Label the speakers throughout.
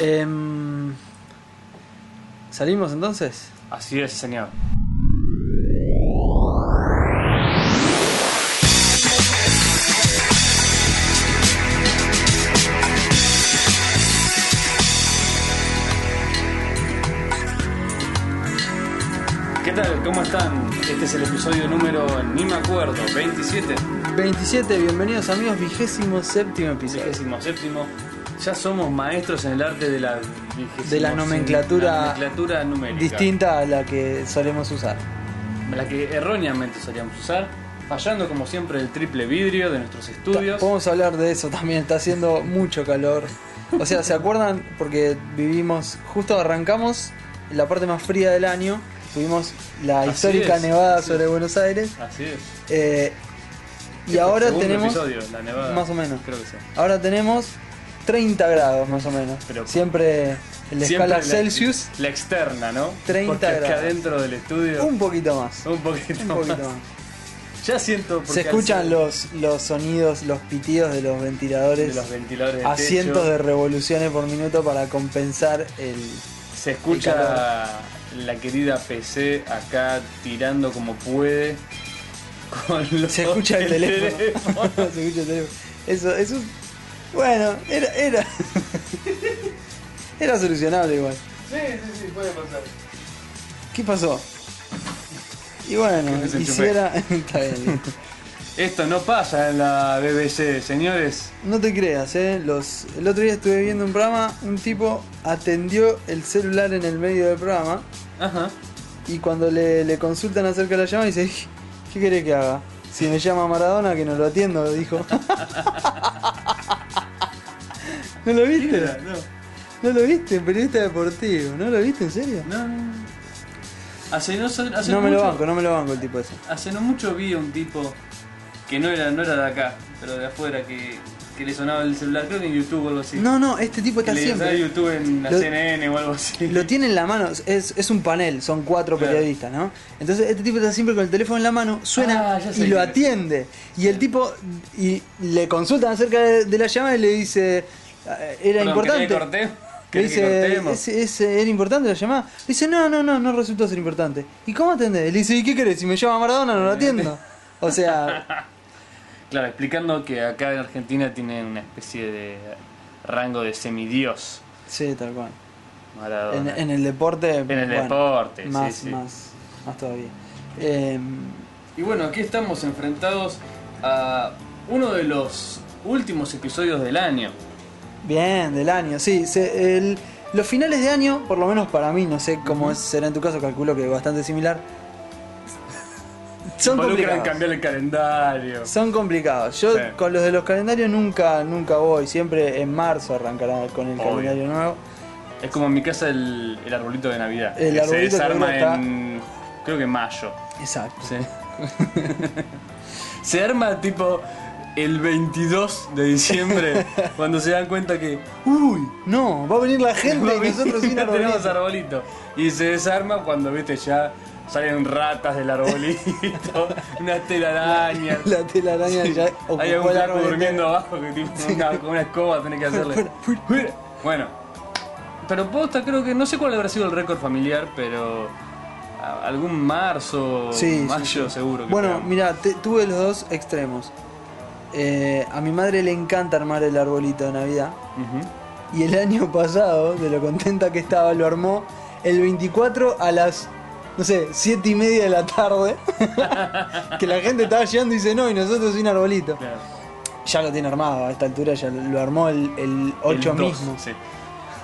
Speaker 1: Em, ¿Salimos entonces?
Speaker 2: Así es, señor. ¿Qué tal? ¿Cómo están? Este es el episodio número, ni me acuerdo, 27,
Speaker 1: 27, bienvenidos amigos, vigésimo séptimo episodio.
Speaker 2: 27. Ya somos maestros en el arte de la,
Speaker 1: De la nomenclatura
Speaker 2: la nomenclatura numérica.
Speaker 1: Distinta a la que solemos usar.
Speaker 2: la que erróneamente solíamos usar, fallando como siempre el triple vidrio de nuestros estudios.
Speaker 1: Podemos hablar de eso también, está haciendo mucho calor. O sea, ¿se acuerdan? Porque vivimos, justo arrancamos la parte más fría del año, tuvimos la
Speaker 2: Así
Speaker 1: histórica
Speaker 2: es,
Speaker 1: nevada
Speaker 2: así
Speaker 1: sobre
Speaker 2: es.
Speaker 1: Buenos Aires
Speaker 2: Así es.
Speaker 1: eh, y
Speaker 2: Este
Speaker 1: ahora
Speaker 2: segundo
Speaker 1: tenemos...
Speaker 2: episodio, la nevada.
Speaker 1: más o menos.
Speaker 2: Creo que sí.
Speaker 1: Ahora tenemos 30 grados más o menos.
Speaker 2: Pero-
Speaker 1: Siempre en la escala
Speaker 2: Siempre
Speaker 1: Celsius,
Speaker 2: La externa, ¿no?
Speaker 1: 30
Speaker 2: Porque acá
Speaker 1: grados.
Speaker 2: dentro del estudio.
Speaker 1: un poquito más.
Speaker 2: un poquito,
Speaker 1: Un poquito
Speaker 2: más.
Speaker 1: más.
Speaker 2: Ya siento. porque
Speaker 1: Se escuchan
Speaker 2: al-
Speaker 1: los, los sonidos, los pitidos de los
Speaker 2: de
Speaker 1: ventiladores
Speaker 2: los ventiladores. de
Speaker 1: a
Speaker 2: techo.
Speaker 1: cientos de revoluciones por minuto para compensar el...
Speaker 2: Se escucha la querida PC acá tirando como puede. Con los
Speaker 1: Se escucha el teléfono.
Speaker 2: teléfonos.
Speaker 1: Se escucha el teléfono. Eso, eso... Bueno, era... Era, era solucionable igual.
Speaker 2: sí, sí, sí, puede pasar.
Speaker 1: ¿Qué pasó? Y bueno,
Speaker 2: Que desenchufé.
Speaker 1: hiciera... Está bien.
Speaker 2: Esto no pasa en la BBC, señores.
Speaker 1: No te creas, ¿eh? Los, el otro día estuve viendo un programa, un tipo atendió el celular en el medio del programa
Speaker 2: Ajá.
Speaker 1: y cuando le, le consultan acerca de la llamada dice, "Ij, ¿qué querés que haga? Si me llama Maradona, que no lo atiendo, dijo. ¿No lo viste?
Speaker 2: No,
Speaker 1: ¿No lo viste? Periodista deportivo, ¿no lo viste en serio?
Speaker 2: no, no. Hace no, hace
Speaker 1: No me lo
Speaker 2: mucho-
Speaker 1: banco, no me lo banco el tipo ese.
Speaker 2: Hace no mucho vi a un tipo que no era, no era de acá, pero de afuera, que, que le sonaba el celular, creo que en YouTube o algo así.
Speaker 1: No, no, este tipo
Speaker 2: que
Speaker 1: está
Speaker 2: le sonaba
Speaker 1: siempre.
Speaker 2: YouTube en la
Speaker 1: Lo-
Speaker 2: CNN o algo así.
Speaker 1: Lo tiene en la mano, es, es un panel, son cuatro
Speaker 2: Claro.
Speaker 1: periodistas, ¿no? Entonces este tipo está siempre con el teléfono en la mano, suena
Speaker 2: Ah, ya sé
Speaker 1: y lo
Speaker 2: quién es.
Speaker 1: atiende. Y el tipo, y le consultan acerca de, de la llamada y le dice, "Ah, era
Speaker 2: Perdón,
Speaker 1: importante.
Speaker 2: ¿querés que cortemos?
Speaker 1: Le
Speaker 2: ¿Querés que
Speaker 1: dice, "¿Es-
Speaker 2: cortemos?
Speaker 1: es- ¿era importante la llamada? Le dice, no, no, no, no resultó ser importante. ¿Y cómo atendés? Le dice, ¿y qué querés? Si me llama Maradona no lo atiendo. O sea,
Speaker 2: Claro, explicando que acá en Argentina tienen una especie de rango de semidios.
Speaker 1: sí, tal cual. En,
Speaker 2: Maradona.
Speaker 1: en el deporte.
Speaker 2: eh. En el deporte, sí,
Speaker 1: Más,
Speaker 2: sí.
Speaker 1: más, más todavía. Em,
Speaker 2: Y bueno, aquí estamos enfrentados a uno de los últimos episodios del año.
Speaker 1: Bien, del año, sí. se- el- los finales de año, por lo menos para mí, no sé cómo es- será en tu caso, calculo que bastante similar. Son
Speaker 2: Involucran
Speaker 1: complicados.
Speaker 2: cambiar el calendario.
Speaker 1: Son complicados. Yo
Speaker 2: Sí.
Speaker 1: con los de los calendarios nunca, nunca voy. Siempre en marzo arrancará con el
Speaker 2: Obvio.
Speaker 1: calendario nuevo.
Speaker 2: Es como en mi casa el, el arbolito de Navidad.
Speaker 1: El
Speaker 2: que se
Speaker 1: arbolito que
Speaker 2: desarma
Speaker 1: uno está-
Speaker 2: en. Creo que en mayo.
Speaker 1: Exacto.
Speaker 2: Sí. se arma tipo el 22 de diciembre cuando se dan cuenta que. ¡Uy!
Speaker 1: No, va a venir la gente y nosotros sin
Speaker 2: no tenemos
Speaker 1: arbolito.
Speaker 2: arbolito. Y se desarma cuando, viste, ya salen ratas del arbolito, unas telarañas.
Speaker 1: La telaraña
Speaker 2: Sí.
Speaker 1: ya ocupó
Speaker 2: Hay algún
Speaker 1: el
Speaker 2: flaco
Speaker 1: árbol
Speaker 2: durmiendo abajo que tipo una- con una escoba tenés que hacerle.
Speaker 1: Fuera, fuera, fuera.
Speaker 2: Bueno, pero posta creo que no sé cuál habrá sido el récord familiar, pero a- algún marzo,
Speaker 1: Sí, sí,
Speaker 2: mayo
Speaker 1: sí.
Speaker 2: seguro. que
Speaker 1: Bueno,
Speaker 2: fue.
Speaker 1: mira, tuve los dos extremos. Eh, a mi madre le encanta armar el arbolito de Navidad.
Speaker 2: Ujú.
Speaker 1: Y el año pasado, de lo contenta que estaba, lo armó el 24 a las, no sé, 7 y media de la tarde. que la gente estaba llegando y dice, no, y nosotros sin arbolito.
Speaker 2: Claro.
Speaker 1: Ya lo tiene armado, a esta altura ya lo armó el, el 8
Speaker 2: El dos,
Speaker 1: mismo.
Speaker 2: sí.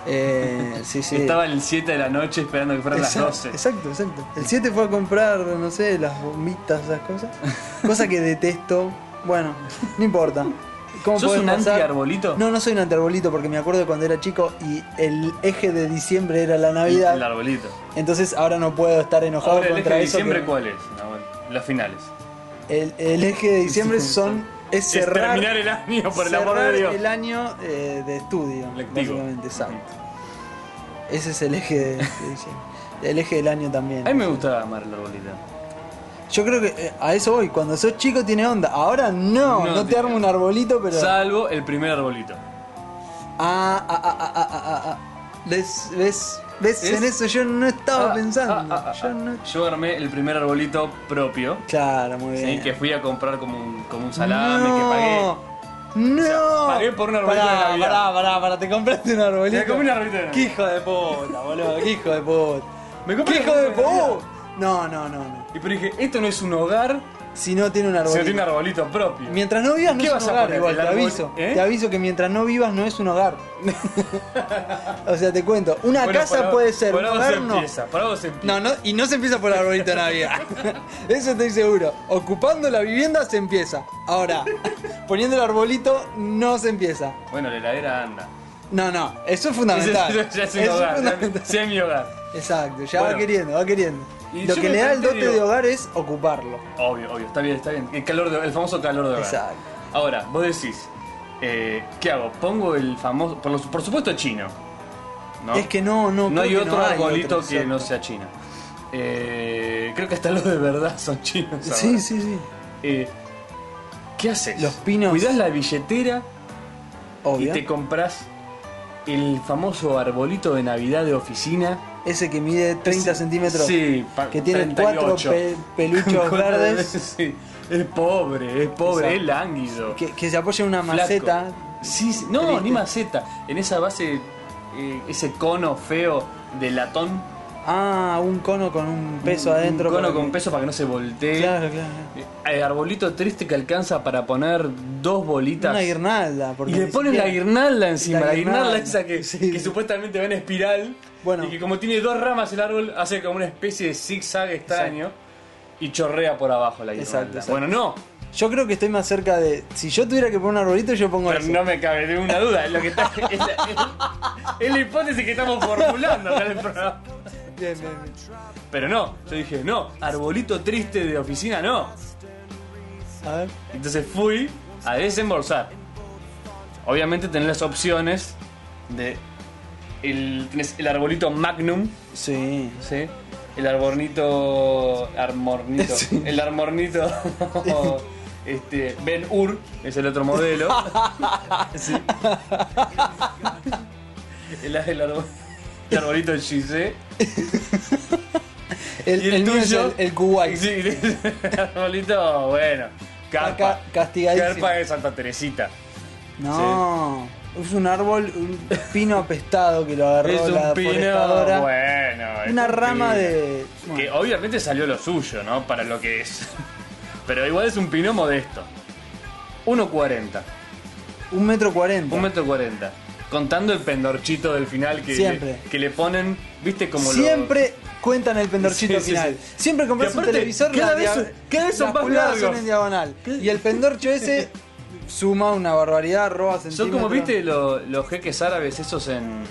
Speaker 1: Eh, sí, sí.
Speaker 2: Estaba el 7 de la noche esperando que fueran
Speaker 1: Exacto,
Speaker 2: las 12.
Speaker 1: Exacto, exacto. El 7 fue a comprar, no sé, las bombitas, esas cosas. Cosa que detesto. Bueno, no importa. ¿Cómo
Speaker 2: ¿Sos
Speaker 1: podés
Speaker 2: un
Speaker 1: pasar?
Speaker 2: anti-arbolito?
Speaker 1: No, no soy un antiarbolito porque me acuerdo cuando era chico y el eje de diciembre era la Navidad.
Speaker 2: El, el arbolito.
Speaker 1: Entonces ahora no puedo estar enojado
Speaker 2: Ahora el eje
Speaker 1: contra
Speaker 2: de
Speaker 1: eso.
Speaker 2: diciembre,
Speaker 1: que-
Speaker 2: ¿cuál es? Nahuel? Las finales.
Speaker 1: el, el eje de diciembre son es
Speaker 2: Es
Speaker 1: cerrar,
Speaker 2: terminar el año, por el
Speaker 1: cerrar
Speaker 2: amor de Dios.
Speaker 1: el año eh, de estudio,
Speaker 2: Lectivo.
Speaker 1: básicamente, exacto. Ese es el eje de, de diciembre. El eje del año también.
Speaker 2: A mí me gustaba amar el arbolito.
Speaker 1: Yo creo que eh, a eso voy. Cuando sos chico tiene onda. Ahora no,
Speaker 2: No
Speaker 1: no, te
Speaker 2: tiene.
Speaker 1: armo un arbolito, pero.
Speaker 2: Salvo el primer arbolito.
Speaker 1: Ah, ah, ah, ah, ah, ah, ah. ¿Ves? ¿Ves? ¿Ves?
Speaker 2: Es-
Speaker 1: En eso yo no estaba
Speaker 2: Ah,
Speaker 1: pensando.
Speaker 2: ah, ah, ah,
Speaker 1: yo no...
Speaker 2: Yo armé el primer arbolito propio.
Speaker 1: Claro, muy
Speaker 2: ¿sí?
Speaker 1: bien.
Speaker 2: Que fui a comprar como un, como un salame que pagué.
Speaker 1: ¡No!
Speaker 2: sea, pagué por un arbolito
Speaker 1: Pará,
Speaker 2: de Navidad.
Speaker 1: Pará, pará, pará, te compraste un arbolito.
Speaker 2: Me compré un arbolito de Navidad.
Speaker 1: ¡Qué hijo de puta, boludo! ¡Qué hijo de puta!
Speaker 2: Me compré
Speaker 1: ¡Qué
Speaker 2: un
Speaker 1: hijo de
Speaker 2: arbolito de Navidad.
Speaker 1: puta! No, no, no, no.
Speaker 2: Y pero dije, esto no es un hogar,
Speaker 1: Si no tiene un
Speaker 2: sino
Speaker 1: arbolito.
Speaker 2: tiene un arbolito propio.
Speaker 1: Mientras no vivas no
Speaker 2: ¿Qué
Speaker 1: es
Speaker 2: vas
Speaker 1: un
Speaker 2: a
Speaker 1: hogar,
Speaker 2: poner?
Speaker 1: igual,
Speaker 2: ¿El
Speaker 1: te
Speaker 2: árbol?
Speaker 1: aviso.
Speaker 2: ¿Eh?
Speaker 1: Te aviso que mientras no vivas no es un hogar. o sea, te cuento, una
Speaker 2: Bueno,
Speaker 1: casa
Speaker 2: por ahí-
Speaker 1: puede ser,
Speaker 2: por
Speaker 1: un
Speaker 2: algo
Speaker 1: hogar
Speaker 2: se
Speaker 1: no.
Speaker 2: empieza, por algo se empieza.
Speaker 1: No, no, y no se empieza por el arbolito de Navidad. Eso estoy seguro. Ocupando la vivienda se empieza. Ahora, poniendo el arbolito no se empieza.
Speaker 2: Bueno, la heladera anda.
Speaker 1: No, no, eso es fundamental.
Speaker 2: Ese- ese ya es un
Speaker 1: Eso es
Speaker 2: hogar,
Speaker 1: fundamental.
Speaker 2: ya- ya es mi hogar.
Speaker 1: Exacto, ya
Speaker 2: Bueno.
Speaker 1: va queriendo, va queriendo.
Speaker 2: Y
Speaker 1: Lo
Speaker 2: yo
Speaker 1: que
Speaker 2: me
Speaker 1: le da el dote
Speaker 2: planteé,
Speaker 1: de
Speaker 2: digo-
Speaker 1: hogar es ocuparlo.
Speaker 2: Obvio, obvio, está bien, está bien. El calor de- el famoso calor de hogar.
Speaker 1: Exacto.
Speaker 2: Ahora, vos decís, eh, ¿qué hago? Pongo el famoso, por, lo- por supuesto chino. ¿no?
Speaker 1: Es que no, no.
Speaker 2: No
Speaker 1: creo
Speaker 2: hay
Speaker 1: que
Speaker 2: otro arbolito
Speaker 1: otro,
Speaker 2: que no
Speaker 1: exacto.
Speaker 2: sea chino. Eh, creo que hasta los de verdad son chinos.
Speaker 1: Sí,
Speaker 2: ahora.
Speaker 1: sí, sí.
Speaker 2: Eh, ¿Qué haces?
Speaker 1: Los pinos.
Speaker 2: Cuidás la billetera y
Speaker 1: Obvio.
Speaker 2: te compras el famoso arbolito de Navidad de oficina.
Speaker 1: Ese que mide 30
Speaker 2: Ese-
Speaker 1: centímetros.
Speaker 2: Sí, pa-
Speaker 1: Que tiene
Speaker 2: 38.
Speaker 1: cuatro pe- peluchos
Speaker 2: Cuatro
Speaker 1: verdes.
Speaker 2: veces, sí. Es pobre, es pobre,
Speaker 1: Exacto.
Speaker 2: es lánguido.
Speaker 1: Que, que se apoya en una
Speaker 2: flaco.
Speaker 1: maceta.
Speaker 2: Sí, sí. No,
Speaker 1: Triste.
Speaker 2: ni maceta. En esa base, eh, ese cono feo de latón.
Speaker 1: Ah, un cono con un peso
Speaker 2: Un- un
Speaker 1: adentro.
Speaker 2: cono
Speaker 1: para
Speaker 2: con
Speaker 1: que-
Speaker 2: peso para que no se voltee.
Speaker 1: Claro, claro.
Speaker 2: Eh, El arbolito triste que alcanza para poner dos bolitas.
Speaker 1: Una guirnalda. porque
Speaker 2: Y le
Speaker 1: ni
Speaker 2: ponen la
Speaker 1: siquiera-
Speaker 2: guirnalda encima, la,
Speaker 1: La
Speaker 2: guirnalda,
Speaker 1: guirnalda,
Speaker 2: esa que,
Speaker 1: sí,
Speaker 2: que
Speaker 1: sí.
Speaker 2: supuestamente va en espiral.
Speaker 1: Bueno.
Speaker 2: Y que como tiene dos ramas el árbol, hace como una especie de zigzag extraño. Y chorrea por abajo la guirnalda.
Speaker 1: Exacto, exacto.
Speaker 2: Bueno, no,
Speaker 1: Yo creo que estoy más cerca de. Si yo tuviera que poner un arbolito, yo pongo
Speaker 2: pero
Speaker 1: ese.
Speaker 2: no me cabe ninguna duda. Lo que está, es, la, es- es la hipótesis que estamos formulando acá en el programa.
Speaker 1: Bien, bien, bien.
Speaker 2: Pero no, yo dije, no, arbolito triste de oficina, no.
Speaker 1: A ver.
Speaker 2: Entonces fui a desembolsar. Obviamente tenés las opciones de. El, tenés el arbolito Magnum,
Speaker 1: Sí.
Speaker 2: ¿sí? El arbornito. Armornito.
Speaker 1: Sí.
Speaker 2: El armornito. este, ben Ur, es el otro modelo. Sí. el, el arbo- el arbolito Gise.
Speaker 1: El,
Speaker 2: Y el,
Speaker 1: el mío es
Speaker 2: tuyo.
Speaker 1: el, el Kuwait.
Speaker 2: Sí, el arbolito, bueno. Carpa.
Speaker 1: Acá, castigadísimo.
Speaker 2: Carpa de Santa Teresita.
Speaker 1: No. Es un árbol, un pino apestado que lo agarró
Speaker 2: Es un
Speaker 1: la
Speaker 2: pino,
Speaker 1: forestadora.
Speaker 2: bueno. es
Speaker 1: Una
Speaker 2: un
Speaker 1: rama
Speaker 2: pino.
Speaker 1: de. bueno,
Speaker 2: Que obviamente salió lo suyo, ¿no? Para lo que es. Pero igual es un pino modesto. 1.40.
Speaker 1: un metro cuarenta.
Speaker 2: 1.40. Contando el pendorchito del final que,
Speaker 1: Siempre.
Speaker 2: que le ponen, ¿viste? Como lo-
Speaker 1: Siempre cuentan el pendorchito
Speaker 2: Sí, sí,
Speaker 1: final.
Speaker 2: sí.
Speaker 1: Siempre compras
Speaker 2: Y
Speaker 1: un
Speaker 2: aparte,
Speaker 1: televisor
Speaker 2: cada
Speaker 1: las
Speaker 2: vez
Speaker 1: dia-
Speaker 2: son- cada vez son
Speaker 1: las
Speaker 2: más
Speaker 1: pulgadas son
Speaker 2: largos.
Speaker 1: en diagonal. Y el pendorcho ese suma una barbaridad, roba
Speaker 2: Son
Speaker 1: centímetros.
Speaker 2: como, ¿viste? lo- los jeques árabes esos en.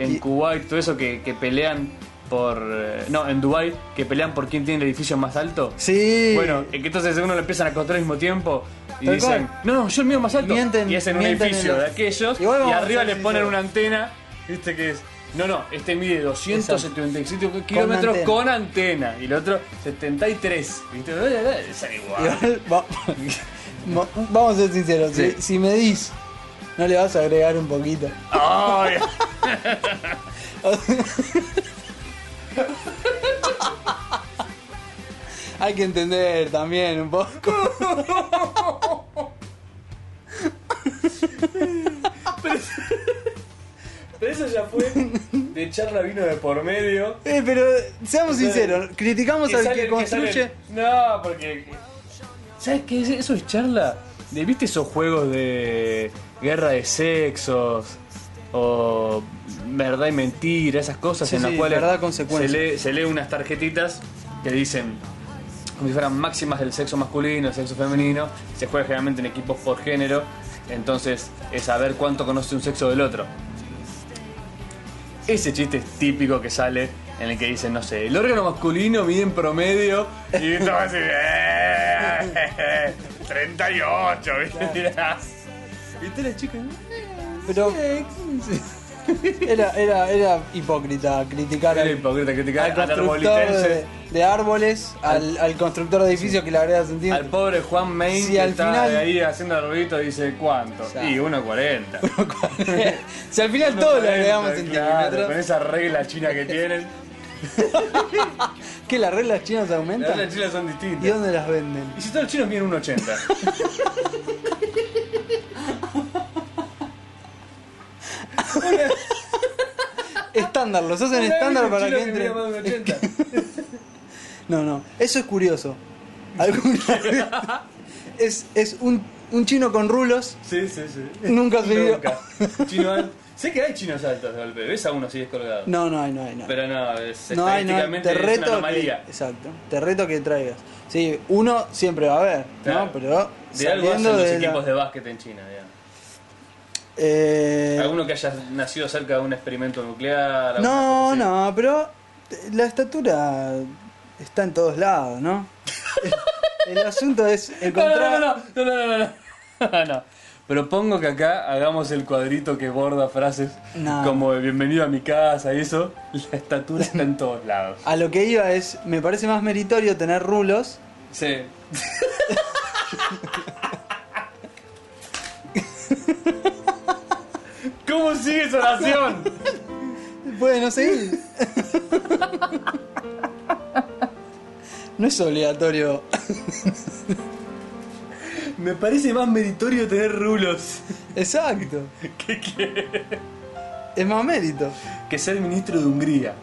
Speaker 2: En
Speaker 1: Y-
Speaker 2: Kuwait, todo eso que, que pelean por. eh, No, en Dubai que pelean por quién tiene el edificio más alto.
Speaker 1: Sí.
Speaker 2: Bueno, eh, que entonces uno lo empiezan a construir al mismo tiempo y
Speaker 1: Tal
Speaker 2: dicen,
Speaker 1: cual.
Speaker 2: no, no, yo el mío más alto.
Speaker 1: Mienten-
Speaker 2: y hacen un
Speaker 1: mienten
Speaker 2: edificio
Speaker 1: en
Speaker 2: de
Speaker 1: los-
Speaker 2: aquellos
Speaker 1: Igual
Speaker 2: y
Speaker 1: vamos a
Speaker 2: arriba
Speaker 1: ser
Speaker 2: le ponen
Speaker 1: sinceros.
Speaker 2: una antena, viste que es, no, no, este mide 277 kilómetros
Speaker 1: antena.
Speaker 2: con antena y el otro 73, viste, es igual.
Speaker 1: Igual, va- mo- vamos a ser sinceros.
Speaker 2: Sí.
Speaker 1: Si, si me dis, no le vas a agregar un poquito.
Speaker 2: Ay,
Speaker 1: Hay que entender también un poco.
Speaker 2: pero eso ya fue de charla vino de por medio.
Speaker 1: Eh, pero seamos sinceros, criticamos
Speaker 2: Que
Speaker 1: al
Speaker 2: sale
Speaker 1: que
Speaker 2: el que sale
Speaker 1: construye.
Speaker 2: el- No, porque. ¿Sabes qué? Ese- Eso es charla. de- ¿Viste esos juegos de guerra de sexos? O verdad y mentira, esas cosas
Speaker 1: Sí,
Speaker 2: en las
Speaker 1: sí,
Speaker 2: cuales
Speaker 1: verdad, consecuencia.
Speaker 2: se, lee, se lee unas tarjetitas que dicen como si fueran máximas del sexo masculino, el sexo femenino. Se juega generalmente en equipos por género. Entonces es saber cuánto conoce un sexo del otro. Ese chiste es típico que sale en el que dicen, no sé, el órgano masculino mide en promedio y todo así, "Eh, 38, ¿viste? Mirás. ¿Viste la chica?
Speaker 1: Pero-
Speaker 2: Sí, sí.
Speaker 1: Era, era, era hipócrita criticar
Speaker 2: Era
Speaker 1: al,
Speaker 2: hipócrita
Speaker 1: al
Speaker 2: criticar al
Speaker 1: constructor de,
Speaker 2: arbolitense,
Speaker 1: de árboles, al, al constructor de edificios que le agrega sentido.
Speaker 2: al pobre Juan Main
Speaker 1: Si
Speaker 2: que
Speaker 1: al
Speaker 2: está
Speaker 1: final-
Speaker 2: de ahí haciendo arbolito y dice ¿cuánto?
Speaker 1: Ya.
Speaker 2: Y 1.40.
Speaker 1: si al final todo le agregamos
Speaker 2: Claro,
Speaker 1: sentido.
Speaker 2: Con esa regla china que tienen.
Speaker 1: ¿Qué las reglas chinas
Speaker 2: Las
Speaker 1: aumentan?
Speaker 2: reglas chinas son
Speaker 1: ¿Y
Speaker 2: distintas.
Speaker 1: dónde las venden?
Speaker 2: Y si todos los chinos miden 1.80.
Speaker 1: Estándar, los hacen estándar para que entre. No, no, eso es curioso. Alguna vez- es es un, un chino con rulos.
Speaker 2: Sí, sí, sí.
Speaker 1: Nunca se vio.
Speaker 2: Nunca. Chino alto. Sé que hay chinos altos de golpe. Ves a uno así descolgado.
Speaker 1: No, no hay, no hay, no. hay.
Speaker 2: Pero no, es
Speaker 1: no hay, no hay.
Speaker 2: estadísticamente
Speaker 1: Te
Speaker 2: es una
Speaker 1: reto. Que,
Speaker 2: anomalía.
Speaker 1: exacto, te reto que traigas. Sí, uno siempre va a haber,
Speaker 2: Claro.
Speaker 1: ¿no? Pero
Speaker 2: De algo hacen los
Speaker 1: la-
Speaker 2: equipos de básquet en China, digamos.
Speaker 1: Eh,
Speaker 2: Alguno que haya nacido cerca de un experimento nuclear. alguna cosa
Speaker 1: No,
Speaker 2: así.
Speaker 1: no, pero la estatura está en todos lados, ¿no? El, el asunto es
Speaker 2: No,
Speaker 1: encontrar.
Speaker 2: no, no, no, no, no, no, no, no. Propongo que acá hagamos el cuadrito que borda frases
Speaker 1: No.
Speaker 2: como el bienvenido a mi casa y eso. La estatura está en todos lados.
Speaker 1: A lo que iba es, me parece más meritorio tener rulos
Speaker 2: Sí. ¿Cómo sigue esa oración?
Speaker 1: Puede no seguir. No es obligatorio.
Speaker 2: Me parece más meritorio tener rulos.
Speaker 1: Exacto.
Speaker 2: ¿Qué quiere?
Speaker 1: Es más mérito.
Speaker 2: Que ser ministro de Hungría.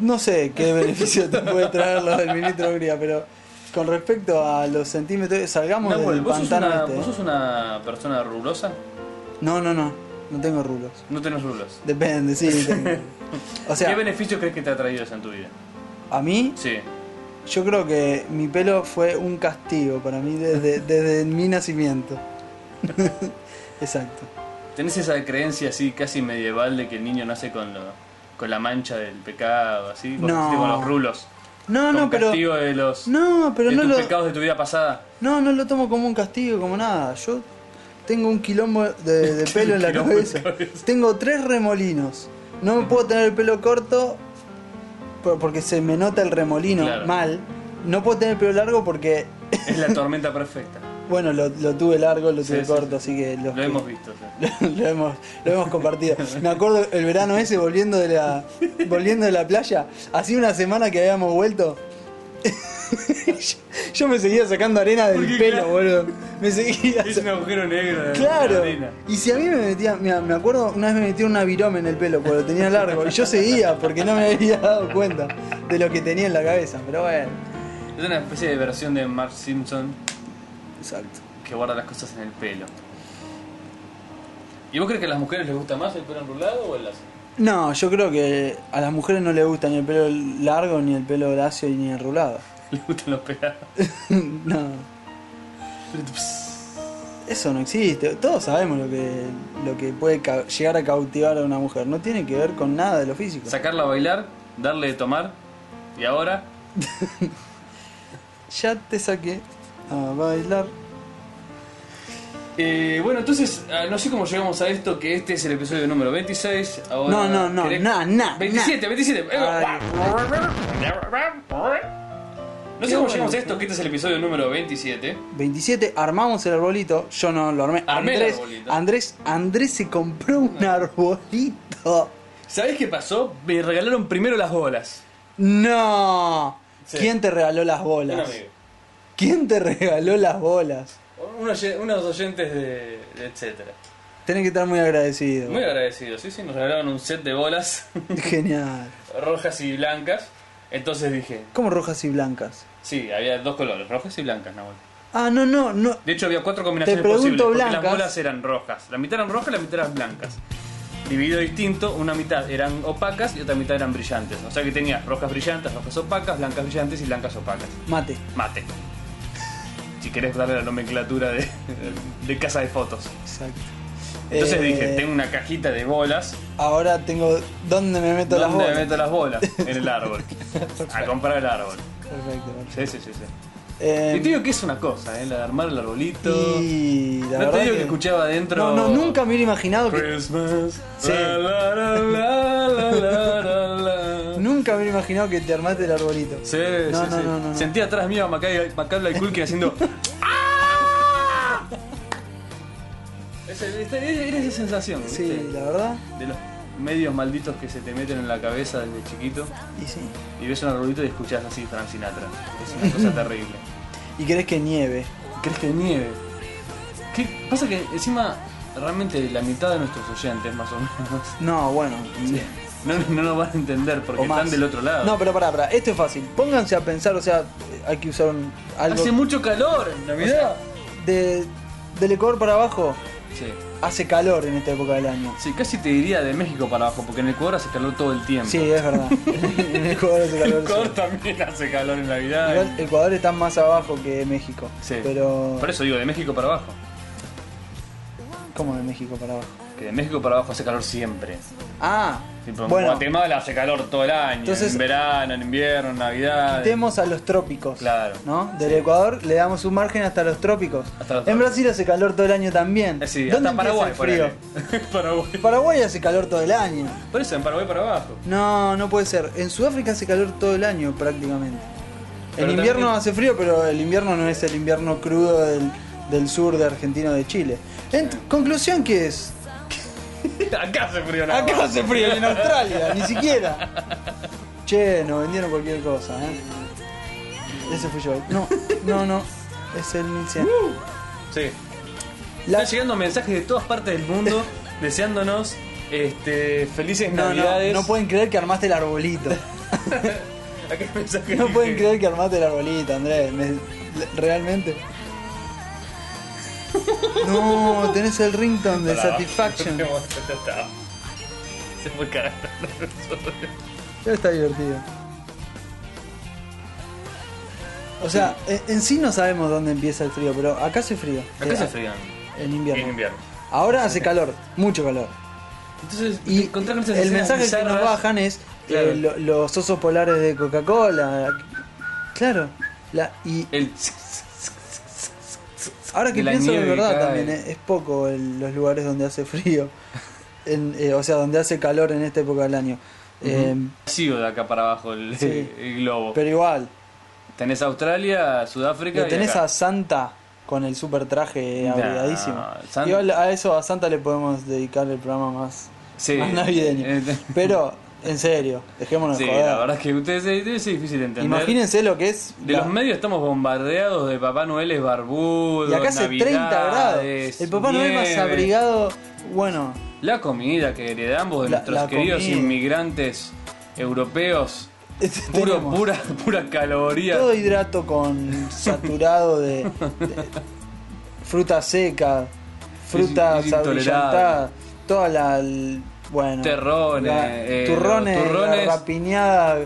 Speaker 1: No sé qué beneficio te puede traer lo del ministro Hungría, pero con respecto a los centímetros, salgamos
Speaker 2: Nahuel,
Speaker 1: del
Speaker 2: pues, ¿vos sos,
Speaker 1: pantano
Speaker 2: una,
Speaker 1: este,
Speaker 2: vos
Speaker 1: eh.
Speaker 2: sos una persona rulosa?
Speaker 1: No, no, no. No tengo rulos.
Speaker 2: No tenés rulos.
Speaker 1: Depende, sí. tengo. O sea,
Speaker 2: ¿Qué beneficio crees que te ha traído eso en tu vida?
Speaker 1: a mí,
Speaker 2: Sí.
Speaker 1: yo creo que mi pelo fue un castigo para mí desde, desde mi nacimiento. Exacto.
Speaker 2: ¿Tenés esa creencia así casi medieval de que el niño nace con, lo- con la mancha del pecado, así? Vos
Speaker 1: No.
Speaker 2: naciste con los rulos.
Speaker 1: No,
Speaker 2: con
Speaker 1: no, pero.
Speaker 2: castigo de los
Speaker 1: No, pero
Speaker 2: de
Speaker 1: no
Speaker 2: tus
Speaker 1: lo.
Speaker 2: pecados de tu vida pasada.
Speaker 1: No, no lo tomo como un castigo, como nada. Yo tengo un quilombo de, de pelo en la
Speaker 2: Quilombo en la
Speaker 1: cabeza.
Speaker 2: cabeza.
Speaker 1: Tengo tres remolinos. No me puedo tener el pelo corto por- porque se me nota el remolino
Speaker 2: Claro.
Speaker 1: mal. No puedo tener el pelo largo porque,
Speaker 2: Es la tormenta perfecta.
Speaker 1: bueno, lo, lo tuve largo, lo
Speaker 2: Sí,
Speaker 1: tuve
Speaker 2: sí,
Speaker 1: corto,
Speaker 2: sí.
Speaker 1: así que los
Speaker 2: Lo
Speaker 1: que-
Speaker 2: hemos visto. sí.
Speaker 1: lo hemos, lo hemos compartido. Me acuerdo el verano ese volviendo de la volviendo de la playa, hacía una semana que habíamos vuelto. yo, yo me seguía sacando arena del
Speaker 2: Porque,
Speaker 1: pelo,
Speaker 2: claro.
Speaker 1: boludo. Me seguía
Speaker 2: Es un agujero negro. de- de
Speaker 1: Claro.
Speaker 2: arena.
Speaker 1: Y si a mí me metía, mira, me acuerdo una vez me metí una virome en el pelo porque lo tenía largo y yo seguía porque no me había dado cuenta de lo que tenía en la cabeza, pero bueno,
Speaker 2: Es una especie de versión de Mark Simpson
Speaker 1: exacto.
Speaker 2: que guarda las cosas en el pelo. ¿Y vos crees que a las mujeres les gusta más el pelo enrulado o el lazo?
Speaker 1: No, yo creo que a las mujeres no les gusta ni el pelo largo, ni el pelo lacio, ni enrulado.
Speaker 2: Les gustan los pelados.
Speaker 1: no. Eso no existe. Todos sabemos lo que, lo que puede ca- llegar a cautivar a una mujer. No tiene que ver con nada de lo físico.
Speaker 2: Sacarla a bailar, darle de tomar y ahora
Speaker 1: Ya te saqué a bailar.
Speaker 2: Eh, bueno, entonces, ah, no sé cómo llegamos a esto, que este es el episodio número 26. Ahora
Speaker 1: No, no, no, Ah,
Speaker 2: ¿querés-
Speaker 1: na, na,
Speaker 2: 27,
Speaker 1: na.
Speaker 2: 27. eh,
Speaker 1: Ay.
Speaker 2: No sé cómo llegamos a esto, que este es el episodio número 27.
Speaker 1: 27, armamos el arbolito. Yo no lo armé.
Speaker 2: Armé el
Speaker 1: Andrés,
Speaker 2: arbolito.
Speaker 1: Andrés, Andrés se compró un arbolito.
Speaker 2: ¿Sabés qué pasó? Me regalaron primero las bolas.
Speaker 1: No.
Speaker 2: Sí.
Speaker 1: ¿Quién te regaló las bolas? ¿Quién te regaló las bolas?
Speaker 2: Unos, oyentes de, etcétera.
Speaker 1: Tenés que estar muy agradecido.
Speaker 2: Muy agradecidos, sí, sí, nos regalaron un set de bolas
Speaker 1: Genial.
Speaker 2: rojas y blancas. Entonces dije,
Speaker 1: ¿Cómo rojas y blancas?
Speaker 2: sí, había dos colores, rojas y blancas, Nahuel.
Speaker 1: Ah, no, no, no.
Speaker 2: De hecho había cuatro
Speaker 1: Te
Speaker 2: combinaciones
Speaker 1: pregunto
Speaker 2: posibles porque las
Speaker 1: blancas.
Speaker 2: bolas eran rojas. La mitad eran rojas, la mitad eran blancas. Dividido distinto, una mitad eran opacas y otra mitad eran brillantes. O sea que tenías rojas brillantes, rojas opacas, blancas brillantes y blancas opacas.
Speaker 1: Mate.
Speaker 2: Mate. Si querés darle la nomenclatura de, de casa de fotos.
Speaker 1: Exacto.
Speaker 2: Entonces
Speaker 1: Eh,
Speaker 2: dije, tengo una cajita de bolas.
Speaker 1: Ahora tengo. ¿Dónde me meto
Speaker 2: ¿Dónde
Speaker 1: las bolas?
Speaker 2: me meto las bolas? En el árbol. A comprar el árbol.
Speaker 1: Perfecto. perfecto.
Speaker 2: Sí, sí, sí, sí.
Speaker 1: Eh,
Speaker 2: Y te digo que es una cosa, ¿eh? La de armar el arbolito.
Speaker 1: y la
Speaker 2: no te
Speaker 1: verdad
Speaker 2: digo que,
Speaker 1: que-
Speaker 2: escuchaba adentro.
Speaker 1: No, no, nunca me hubiera imaginado que.
Speaker 2: Christmas.
Speaker 1: Sí.
Speaker 2: la, la, la, la, la, la, la, la.
Speaker 1: Nunca me hubiera imaginado que te armaste el arbolito.
Speaker 2: Pues- Sí,
Speaker 1: No,
Speaker 2: sí,
Speaker 1: no,
Speaker 2: sí.
Speaker 1: no, no, no.
Speaker 2: Sentí atrás mío a Macaulay, Macaulay Culkin haciendo. ¡Ah! Ese- ese- Era esa sensación,
Speaker 1: Sí,
Speaker 2: ¿viste?
Speaker 1: la verdad.
Speaker 2: De los medios malditos que se te meten en la cabeza desde chiquito.
Speaker 1: Y sí.
Speaker 2: Y ves un arbolito y escuchás así Frank Sinatra. Es una cosa terrible.
Speaker 1: Y querés que nieve.
Speaker 2: ¿Crees que nieve? ¿Qué? Pasa que encima realmente la mitad de nuestros oyentes más o menos
Speaker 1: No, bueno.
Speaker 2: no, no nos van a entender porque
Speaker 1: o más.
Speaker 2: están del otro lado.
Speaker 1: No, pero pará, pará. Esto es fácil. Pónganse a pensar, o sea, hay que usar un, algo.
Speaker 2: Hace mucho calor en
Speaker 1: o sea,
Speaker 2: Navidad.
Speaker 1: de, del Ecuador para abajo
Speaker 2: Sí.
Speaker 1: hace calor en esta época del año.
Speaker 2: Sí, casi te diría de México para abajo, porque en el Ecuador hace calor todo el tiempo.
Speaker 1: Sí, es verdad. en Ecuador hace
Speaker 2: En el
Speaker 1: calor. sí.
Speaker 2: Ecuador también hace calor en Navidad.
Speaker 1: Igual Ecuador está más abajo que México.
Speaker 2: Sí.
Speaker 1: Pero.
Speaker 2: Por eso digo, de México para abajo.
Speaker 1: ¿Cómo de México para abajo?
Speaker 2: Que de México para abajo hace calor siempre.
Speaker 1: Ah,
Speaker 2: Tipo, en
Speaker 1: bueno,
Speaker 2: Guatemala hace calor todo el año.
Speaker 1: Entonces-
Speaker 2: en verano, en invierno, en Navidad.
Speaker 1: quitemos a los trópicos.
Speaker 2: Claro.
Speaker 1: ¿No? Del Ecuador le damos un margen hasta los trópicos.
Speaker 2: Hasta los
Speaker 1: en
Speaker 2: trópicos.
Speaker 1: Brasil hace calor todo el año también.
Speaker 2: Eh, sí,
Speaker 1: ¿Dónde
Speaker 2: hasta Paraguay,
Speaker 1: empieza el frío?
Speaker 2: ponele. Paraguay.
Speaker 1: Paraguay hace calor todo el año.
Speaker 2: Por eso, en Paraguay para abajo.
Speaker 1: No, no puede ser. En Sudáfrica hace calor todo el año prácticamente.
Speaker 2: Pero
Speaker 1: en invierno
Speaker 2: también-
Speaker 1: hace frío, pero el invierno no es el invierno crudo del, del sur de Argentina o de Chile. En conclusión que es,
Speaker 2: Acá hace frío nada
Speaker 1: acá
Speaker 2: más.
Speaker 1: hace frío en Australia, ni siquiera. Che, nos vendieron cualquier cosa, ¿eh? Ese fui yo. No, no, no. Es el 1100.
Speaker 2: Sí.
Speaker 1: La-
Speaker 2: Están Uh. llegando mensajes de todas partes del mundo deseándonos este, felices
Speaker 1: No, no,
Speaker 2: navidades.
Speaker 1: no pueden creer que armaste el arbolito.
Speaker 2: Acá hay mensajes
Speaker 1: No
Speaker 2: que-
Speaker 1: pueden creer que armaste el arbolito, Andrés. Me- realmente. No, tenés el ringtone de
Speaker 2: Para abajo.
Speaker 1: Satisfaction.
Speaker 2: Ya está. Se fue el carajo.
Speaker 1: Pero está divertido. O sea, en, en sí no sabemos dónde empieza el frío, pero acá hace frío.
Speaker 2: Acá
Speaker 1: Eh,
Speaker 2: hace frío.
Speaker 1: En invierno.
Speaker 2: En invierno.
Speaker 1: Ahora hace calor, mucho calor.
Speaker 2: Entonces,
Speaker 1: Y
Speaker 2: te encontrás con esas
Speaker 1: el
Speaker 2: escenas
Speaker 1: mensaje que nos
Speaker 2: bizarras.
Speaker 1: bajan es
Speaker 2: Claro.
Speaker 1: eh, lo- los osos polares de Coca-Cola. Claro. La, y
Speaker 2: El...
Speaker 1: Ahora que
Speaker 2: de la
Speaker 1: pienso de
Speaker 2: nieve que
Speaker 1: verdad
Speaker 2: cae.
Speaker 1: también, eh, es poco el- los lugares donde hace frío, En, eh, o sea, donde hace calor en esta época del año. Eh,
Speaker 2: Vacío de acá para abajo el,
Speaker 1: Sí.
Speaker 2: el globo.
Speaker 1: pero igual,
Speaker 2: Tenés Australia, Sudáfrica.
Speaker 1: lo
Speaker 2: y
Speaker 1: tenés
Speaker 2: acá.
Speaker 1: a Santa con el super traje eh,
Speaker 2: Nah,
Speaker 1: abrigadísimo.
Speaker 2: Santa-
Speaker 1: Igual a eso, a Santa le podemos dedicar el programa más,
Speaker 2: Sí. Eh,
Speaker 1: más navideño. Pero, en serio, dejémonos
Speaker 2: Sí,
Speaker 1: de joder.
Speaker 2: la verdad es que ustedes es difícil de entender.
Speaker 1: Imagínense lo que es...
Speaker 2: De
Speaker 1: la-
Speaker 2: los medios estamos bombardeados de Papá Noel es barbudo.
Speaker 1: y acá hace 30 grados.
Speaker 2: navidades,
Speaker 1: El Papá Noel más
Speaker 2: nieve.
Speaker 1: abrigado... Bueno,
Speaker 2: La comida que heredamos de
Speaker 1: La-
Speaker 2: nuestros
Speaker 1: la
Speaker 2: queridos
Speaker 1: comida.
Speaker 2: inmigrantes europeos. Puro,
Speaker 1: tenemos-
Speaker 2: pura, pura caloría.
Speaker 1: Todo hidrato con saturado de, de fruta seca, fruta
Speaker 2: Es in- es
Speaker 1: sabrillantada,
Speaker 2: intolerable.
Speaker 1: toda la l- bueno,
Speaker 2: Terrones, eh,
Speaker 1: turrones,
Speaker 2: turrones.
Speaker 1: la rapiñada,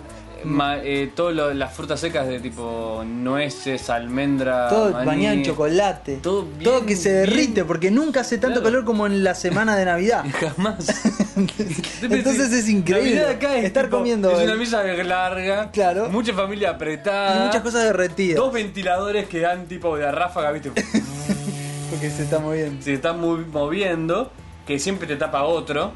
Speaker 2: Ma- eh, todo lo- las frutas secas de tipo nueces, almendra,
Speaker 1: todo
Speaker 2: Ah, maní.
Speaker 1: bañado en chocolate,
Speaker 2: todo bien,
Speaker 1: que se derrite
Speaker 2: bien.
Speaker 1: porque nunca hace tanto
Speaker 2: Claro.
Speaker 1: calor como en la semana de Navidad.
Speaker 2: Jamás.
Speaker 1: Entonces es increíble
Speaker 2: Navidad acá es
Speaker 1: estar
Speaker 2: tipo-
Speaker 1: comiendo
Speaker 2: Es
Speaker 1: el-
Speaker 2: una misa larga.
Speaker 1: Claro.
Speaker 2: Mucha familia apretada.
Speaker 1: y muchas cosas derretidas
Speaker 2: Dos ventiladores que dan tipo de ráfaga, viste,
Speaker 1: porque se está moviendo.
Speaker 2: se están mu- moviendo, que siempre te tapa otro,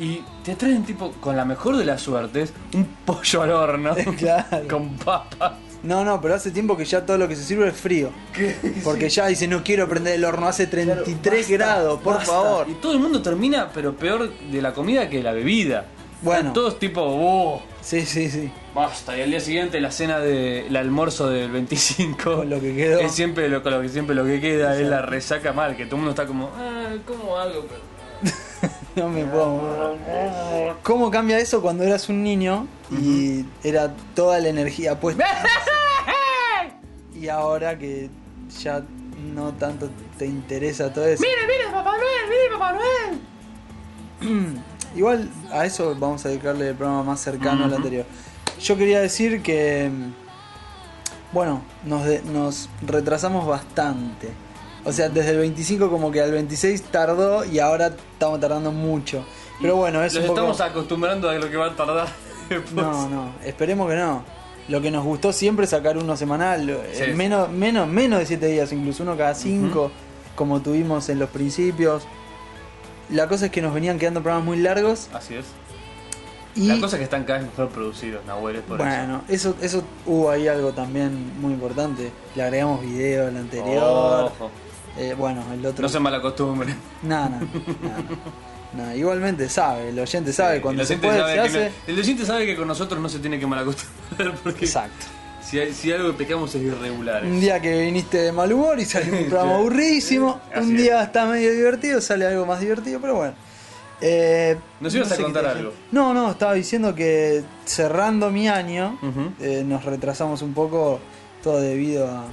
Speaker 2: y te traen tipo, con la mejor de las suertes, un pollo al horno
Speaker 1: Claro.
Speaker 2: con papas.
Speaker 1: No, no, pero hace tiempo que ya todo lo que se sirve es frío. Porque ya dice, no quiero prender el horno, hace 33
Speaker 2: Basta,
Speaker 1: grados, por
Speaker 2: basta.
Speaker 1: favor.
Speaker 2: Y todo el mundo termina, pero peor de la comida que la bebida.
Speaker 1: Bueno.
Speaker 2: Están todos tipo, "Oh,
Speaker 1: Sí, sí, sí.
Speaker 2: basta. Y al día siguiente la cena de el almuerzo del 25.
Speaker 1: Con lo que quedó.
Speaker 2: Es siempre lo, con lo que siempre lo que queda es la resaca mal, que todo el mundo está como, ah, ¿cómo hago?
Speaker 1: No me puedo. mover. ¿Cómo cambia eso cuando eras un niño y era toda la energía puesta? y ahora que ya no tanto te interesa todo eso.
Speaker 2: Mire, mire, Papá Noel, mire, Papá Noel.
Speaker 1: Igual a eso vamos a dedicarle el programa más cercano al
Speaker 2: Ujú.
Speaker 1: anterior. Yo quería decir que. mm, Bueno, nos, de- nos retrasamos bastante. O sea, desde el 25 como que al 26 tardó y ahora estamos tardando mucho. Pero bueno, es
Speaker 2: Los
Speaker 1: un poco...
Speaker 2: estamos acostumbrando a lo que va a tardar después.
Speaker 1: No, no, esperemos que no. Lo que nos gustó siempre es sacar uno semanal, eh,
Speaker 3: Sí.
Speaker 1: menos, menos, menos de 7 días, incluso uno cada 5, como tuvimos en los principios. La cosa es que nos venían quedando programas muy largos
Speaker 3: Así es.
Speaker 1: y
Speaker 3: La cosa es que están cada vez mejor producidos, Nahuel, es por eso.
Speaker 1: bueno, eso. eso hubo ahí algo también muy importante. Le agregamos video al anterior.
Speaker 3: Ojo,
Speaker 1: Eh, bueno, el otro
Speaker 3: no se malacostumbren.
Speaker 1: No, no, no, no. No, igualmente sabe, el oyente sabe cuando
Speaker 3: el
Speaker 1: se
Speaker 3: docente
Speaker 1: puede
Speaker 3: sabe
Speaker 1: se
Speaker 3: que no-
Speaker 1: hace.
Speaker 3: el docente sabe que con nosotros no se tiene que malacostumbrar porque
Speaker 1: Exacto.
Speaker 3: si, hay- si algo que pecamos es irregulares.
Speaker 1: Un día que viniste de mal humor y salió un programa
Speaker 3: Sí.
Speaker 1: aburridísimo,
Speaker 3: Así
Speaker 1: un
Speaker 3: es.
Speaker 1: día está medio divertido, sale algo más divertido, pero bueno. Eh,
Speaker 3: Nos ibas a
Speaker 1: qué
Speaker 3: contar
Speaker 1: te dije.
Speaker 3: algo.
Speaker 1: No, no, estaba diciendo que cerrando mi año,
Speaker 3: Ujú.
Speaker 1: eh, nos retrasamos un poco, todo debido a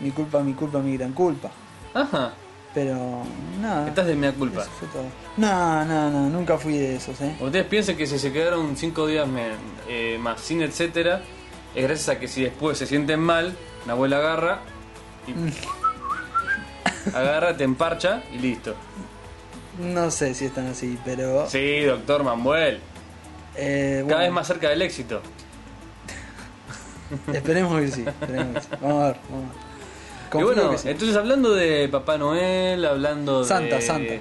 Speaker 1: mi culpa, mi culpa, mi gran culpa.
Speaker 3: Ajá,
Speaker 1: Pero nada.
Speaker 3: estás de mea culpa.
Speaker 1: eso fue todo. No, no, no, nunca fui de esos, ¿eh?
Speaker 3: Ustedes piensen que si se quedaron cinco días me- eh, más sin etcétera, es gracias a que si después se sienten mal, Nahuel agarra
Speaker 1: Mm.
Speaker 3: y... agarra, te emparcha y listo.
Speaker 1: No sé si están así, pero.
Speaker 3: Sí, doctor Manuel.
Speaker 1: eh,
Speaker 3: Cada
Speaker 1: bueno,
Speaker 3: vez más cerca del éxito.
Speaker 1: Esperemos que sí. esperemos que sí. Vamos a ver. Vamos a ver.
Speaker 3: Y
Speaker 1: Confío
Speaker 3: bueno,
Speaker 1: que sí.
Speaker 3: entonces hablando de Papá Noel, hablando de...
Speaker 1: Santa, Santa.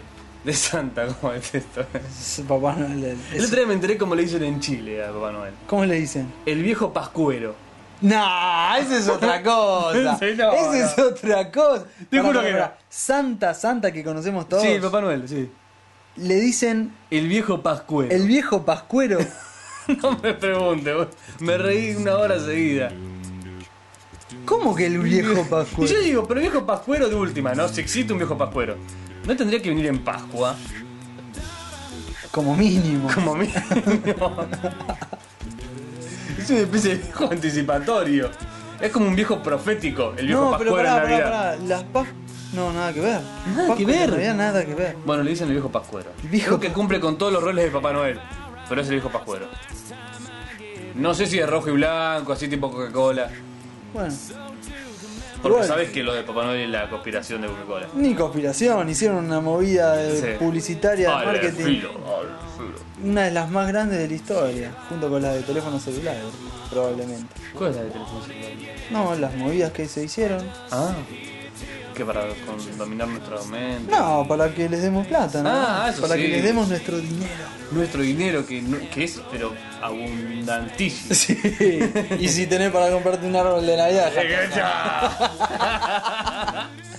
Speaker 3: De Santa, como es esto.
Speaker 1: Es Papá Noel, es-
Speaker 3: El otro día me enteré cómo le dicen en Chile a Papá Noel.
Speaker 1: ¿Cómo le dicen?
Speaker 3: El viejo pascuero.
Speaker 1: No, esa es otra cosa.
Speaker 3: Sí, no,
Speaker 1: esa es otra cosa.
Speaker 3: Te juro que no.
Speaker 1: Santa, Santa que conocemos todos.
Speaker 3: Sí, el Papá Noel, sí.
Speaker 1: Le dicen
Speaker 3: El viejo pascuero.
Speaker 1: el viejo pascuero.
Speaker 3: No me pregunte, vos. me reí una hora seguida.
Speaker 1: ¿Cómo que el viejo
Speaker 3: Y yo
Speaker 1: pascuero?
Speaker 3: digo, pero viejo pascuero de última, ¿no? Si existe un viejo pascuero. No tendría que venir en Pascua,
Speaker 1: Como mínimo.
Speaker 3: como mí. Es una especie de viejo anticipatorio. Es como un viejo profético, el viejo
Speaker 1: No, pero
Speaker 3: pascuero
Speaker 1: pará,
Speaker 3: en Navidad.
Speaker 1: pará, pará. Las pas... No, nada que ver.
Speaker 3: Nada
Speaker 1: Pascua
Speaker 3: que
Speaker 1: y
Speaker 3: ver.
Speaker 1: Navidad, nada que ver.
Speaker 3: Bueno, le dicen el viejo pascuero.
Speaker 1: El viejo
Speaker 3: Creo que cumple con todos los roles de Papá Noel, pero es el viejo pascuero. No sé si es rojo y blanco, así tipo Coca-Cola.
Speaker 1: Bueno.
Speaker 3: Porque
Speaker 1: Igual.
Speaker 3: sabes que lo de Papá Noel es la conspiración de Coca-Cola.
Speaker 1: Ni conspiración, hicieron una movida de
Speaker 3: Sí.
Speaker 1: publicitaria de
Speaker 3: Al
Speaker 1: marketing.
Speaker 3: filo, al filo.
Speaker 1: Una de las más grandes de la historia, junto con la de teléfonos celulares, probablemente.
Speaker 3: ¿Cuál es la de teléfono celular?
Speaker 1: No, las movidas que se hicieron.
Speaker 3: Ah. Que para con- dominar nuestra mente.
Speaker 1: No, para que les demos plata, ¿no?
Speaker 3: Ah, eso
Speaker 1: para
Speaker 3: sí.
Speaker 1: que les demos nuestro dinero.
Speaker 3: Nuestro dinero que, no- que es, pero abundantísimo.
Speaker 1: Sí. y si tenés para comprarte un árbol de Navidad, ja.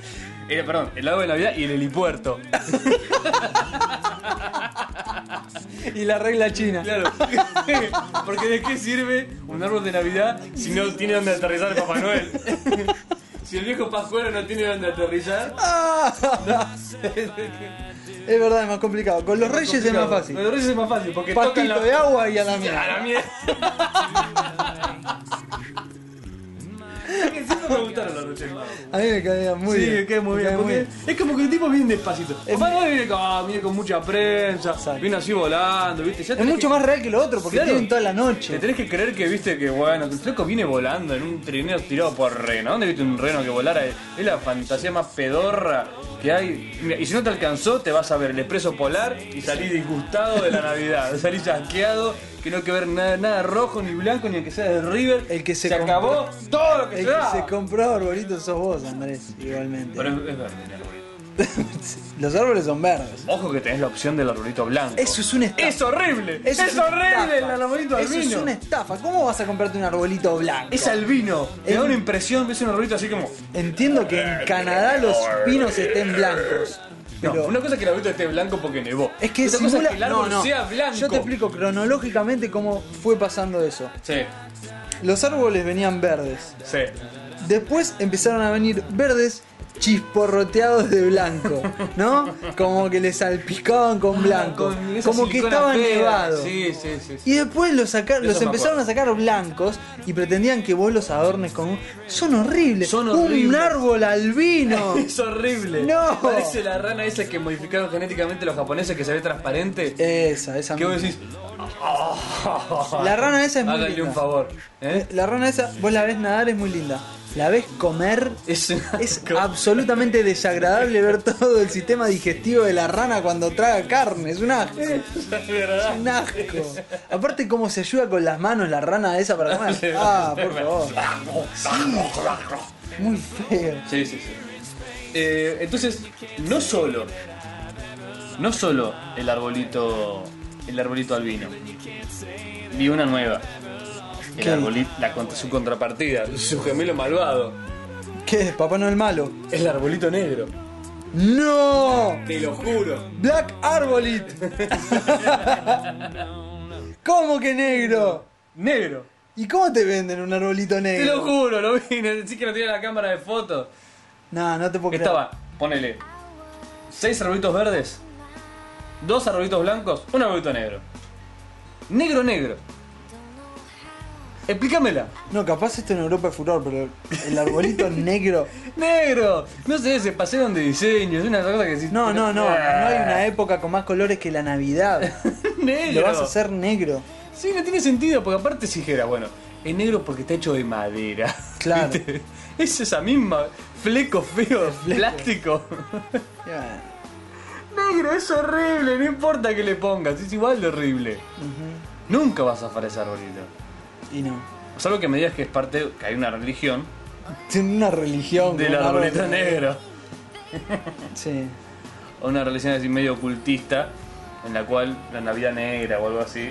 Speaker 3: Era, Eh, perdón, el lago de Navidad y el helipuerto.
Speaker 1: y la regla china.
Speaker 3: Claro. Porque de qué sirve un árbol de Navidad si no tiene donde aterrizar Papá Noel. Si el viejo Pascuero no tiene donde aterrizar.
Speaker 1: Ah, es verdad, es más complicado. Con los reyes es más
Speaker 3: Con
Speaker 1: fácil.
Speaker 3: los reyes es más fácil porque tocan
Speaker 1: Pastito
Speaker 3: la...
Speaker 1: de agua y a la
Speaker 3: A
Speaker 1: mierda.
Speaker 3: la mierda. Que Siempre me gustaron los Reyes Magos.
Speaker 1: A mí me caía muy
Speaker 3: Sí,
Speaker 1: bien.
Speaker 3: me cae muy
Speaker 1: me
Speaker 3: bien.
Speaker 1: cae muy
Speaker 3: porque Es como que el tipo viene despacito.
Speaker 1: Es-
Speaker 3: Papá Noel viene con, ah, viene con mucha prensa,
Speaker 1: Exacto.
Speaker 3: viene así volando, ¿viste? Ya
Speaker 1: Es
Speaker 3: tenés
Speaker 1: mucho
Speaker 3: que-
Speaker 1: más real que lo otro porque
Speaker 3: Claro.
Speaker 1: tienen toda la
Speaker 3: Te
Speaker 1: noche.
Speaker 3: tenés que creer que viste que, bueno, que el loco viene volando en un trineo tirado por reno. ¿Dónde viste un reno que volara? Es la fantasía más pedorra que hay. Mira, y si no te alcanzó, te vas a ver el expreso polar y salís disgustado de la Navidad. salís asqueado, que no hay que ver nada, nada rojo, ni blanco, ni el que sea de River.
Speaker 1: El que se compró-
Speaker 3: acabó todo lo que
Speaker 1: El
Speaker 3: se da.
Speaker 1: que se compró arbolito sos vos, Andrés, igualmente.
Speaker 3: Bueno, es- es verde el arbolito.
Speaker 1: Los árboles son verdes.
Speaker 3: Ojo que tenés la opción del arbolito blanco.
Speaker 1: Eso es una estafa.
Speaker 3: ¡Es horrible! ¡Es,
Speaker 1: Eso una
Speaker 3: horrible el
Speaker 1: estafa.
Speaker 3: arbolito
Speaker 1: Eso
Speaker 3: albino!
Speaker 1: es una estafa. ¿Cómo vas a comprarte un arbolito blanco?
Speaker 3: Es albino. Te
Speaker 1: Es-
Speaker 3: da una impresión, ves un arbolito así como...
Speaker 1: Entiendo que en Canadá los pinos estén blancos.
Speaker 3: No,
Speaker 1: Pero
Speaker 3: una cosa es que el arbolito esté blanco porque nevó.
Speaker 1: es que
Speaker 3: Otra
Speaker 1: simula...
Speaker 3: cosa es que el árbol
Speaker 1: no, no.
Speaker 3: sea blanco.
Speaker 1: Yo te explico cronológicamente cómo fue pasando eso.
Speaker 3: Sí,
Speaker 1: Los árboles venían verdes.
Speaker 3: sí.
Speaker 1: Después empezaron a venir verdes chisporroteados de blanco, ¿no? Como que les salpicaban con blanco,
Speaker 3: Ah, Con esa
Speaker 1: como que
Speaker 3: silicona
Speaker 1: estaban
Speaker 3: fea.
Speaker 1: nevados.
Speaker 3: Sí, sí, sí. sí.
Speaker 1: Y después los, saca-
Speaker 3: De
Speaker 1: los
Speaker 3: eso me
Speaker 1: empezaron a
Speaker 3: acuerdo.
Speaker 1: sacar blancos y pretendían que vos los adornes con un... Son horribles.
Speaker 3: Son
Speaker 1: Un
Speaker 3: horribles.
Speaker 1: árbol albino.
Speaker 3: Es horrible.
Speaker 1: No.
Speaker 3: Parece la rana esa que modificaron genéticamente los japoneses que se ve transparente.
Speaker 1: esa, esa
Speaker 3: ¿Qué vos
Speaker 1: misma.
Speaker 3: decís?
Speaker 1: La rana esa es muy
Speaker 3: Háganle
Speaker 1: linda.
Speaker 3: un favor. ¿eh?
Speaker 1: La rana esa, vos la ves nadar, es muy linda. la ves comer.
Speaker 3: Es,
Speaker 1: Es
Speaker 3: co-
Speaker 1: absolutamente desagradable ver todo el sistema digestivo de la rana cuando traga carne. Es un asco. Es
Speaker 3: es verdad.
Speaker 1: un asco. Aparte, cómo se ayuda con las manos la rana esa para comer. Ah, por favor. Muy feo.
Speaker 3: Sí, sí, sí. Eh, entonces, no solo. No solo el arbolito. El arbolito albino. Vi una nueva. El
Speaker 1: ¿Qué?
Speaker 3: arbolito. La, contra- su contrapartida. Su gemelo malvado.
Speaker 1: ¿Qué? Papá no es malo.
Speaker 3: El arbolito negro.
Speaker 1: ¡No!
Speaker 3: Te lo juro.
Speaker 1: Black Arbolit. ¿Cómo que negro?
Speaker 3: Negro.
Speaker 1: ¿Y cómo te venden un arbolito
Speaker 3: Te lo
Speaker 1: negro?
Speaker 3: juro, lo vi. Sí que no tenía la cámara de fotos.
Speaker 1: No, no te puedo creer.
Speaker 3: Estaba, ponele. Seis arbolitos verdes. Dos arbolitos blancos. Un arbolito negro. Negro, negro. Explícamela.
Speaker 1: No, capaz esto en Europa es furor, pero el arbolito negro.
Speaker 3: ¡Negro! No sé, se pasaron de diseño, es una cosa que decís. ah,
Speaker 1: No, no, no. No hay una época con más colores que la Navidad.
Speaker 3: ¡Negro!
Speaker 1: Lo vas a hacer negro.
Speaker 3: Sí, no tiene sentido, porque aparte si dijera, bueno, es negro porque está hecho de madera.
Speaker 1: Claro.
Speaker 3: ¿Viste? Es esa misma fleco feo de plástico.
Speaker 1: Y bueno,
Speaker 3: negro, es horrible, no importa que le pongas, es igual de horrible.
Speaker 1: ujú.
Speaker 3: Nunca vas a zafar ese arbolito.
Speaker 1: Y no.
Speaker 3: Salvo que me digas que es parte, que hay una religión
Speaker 1: Tiene una religión.
Speaker 3: del
Speaker 1: con un árbol
Speaker 3: arbolito negro.
Speaker 1: Sí.
Speaker 3: o una religión así medio ocultista, en la cual la Navidad negra o algo así,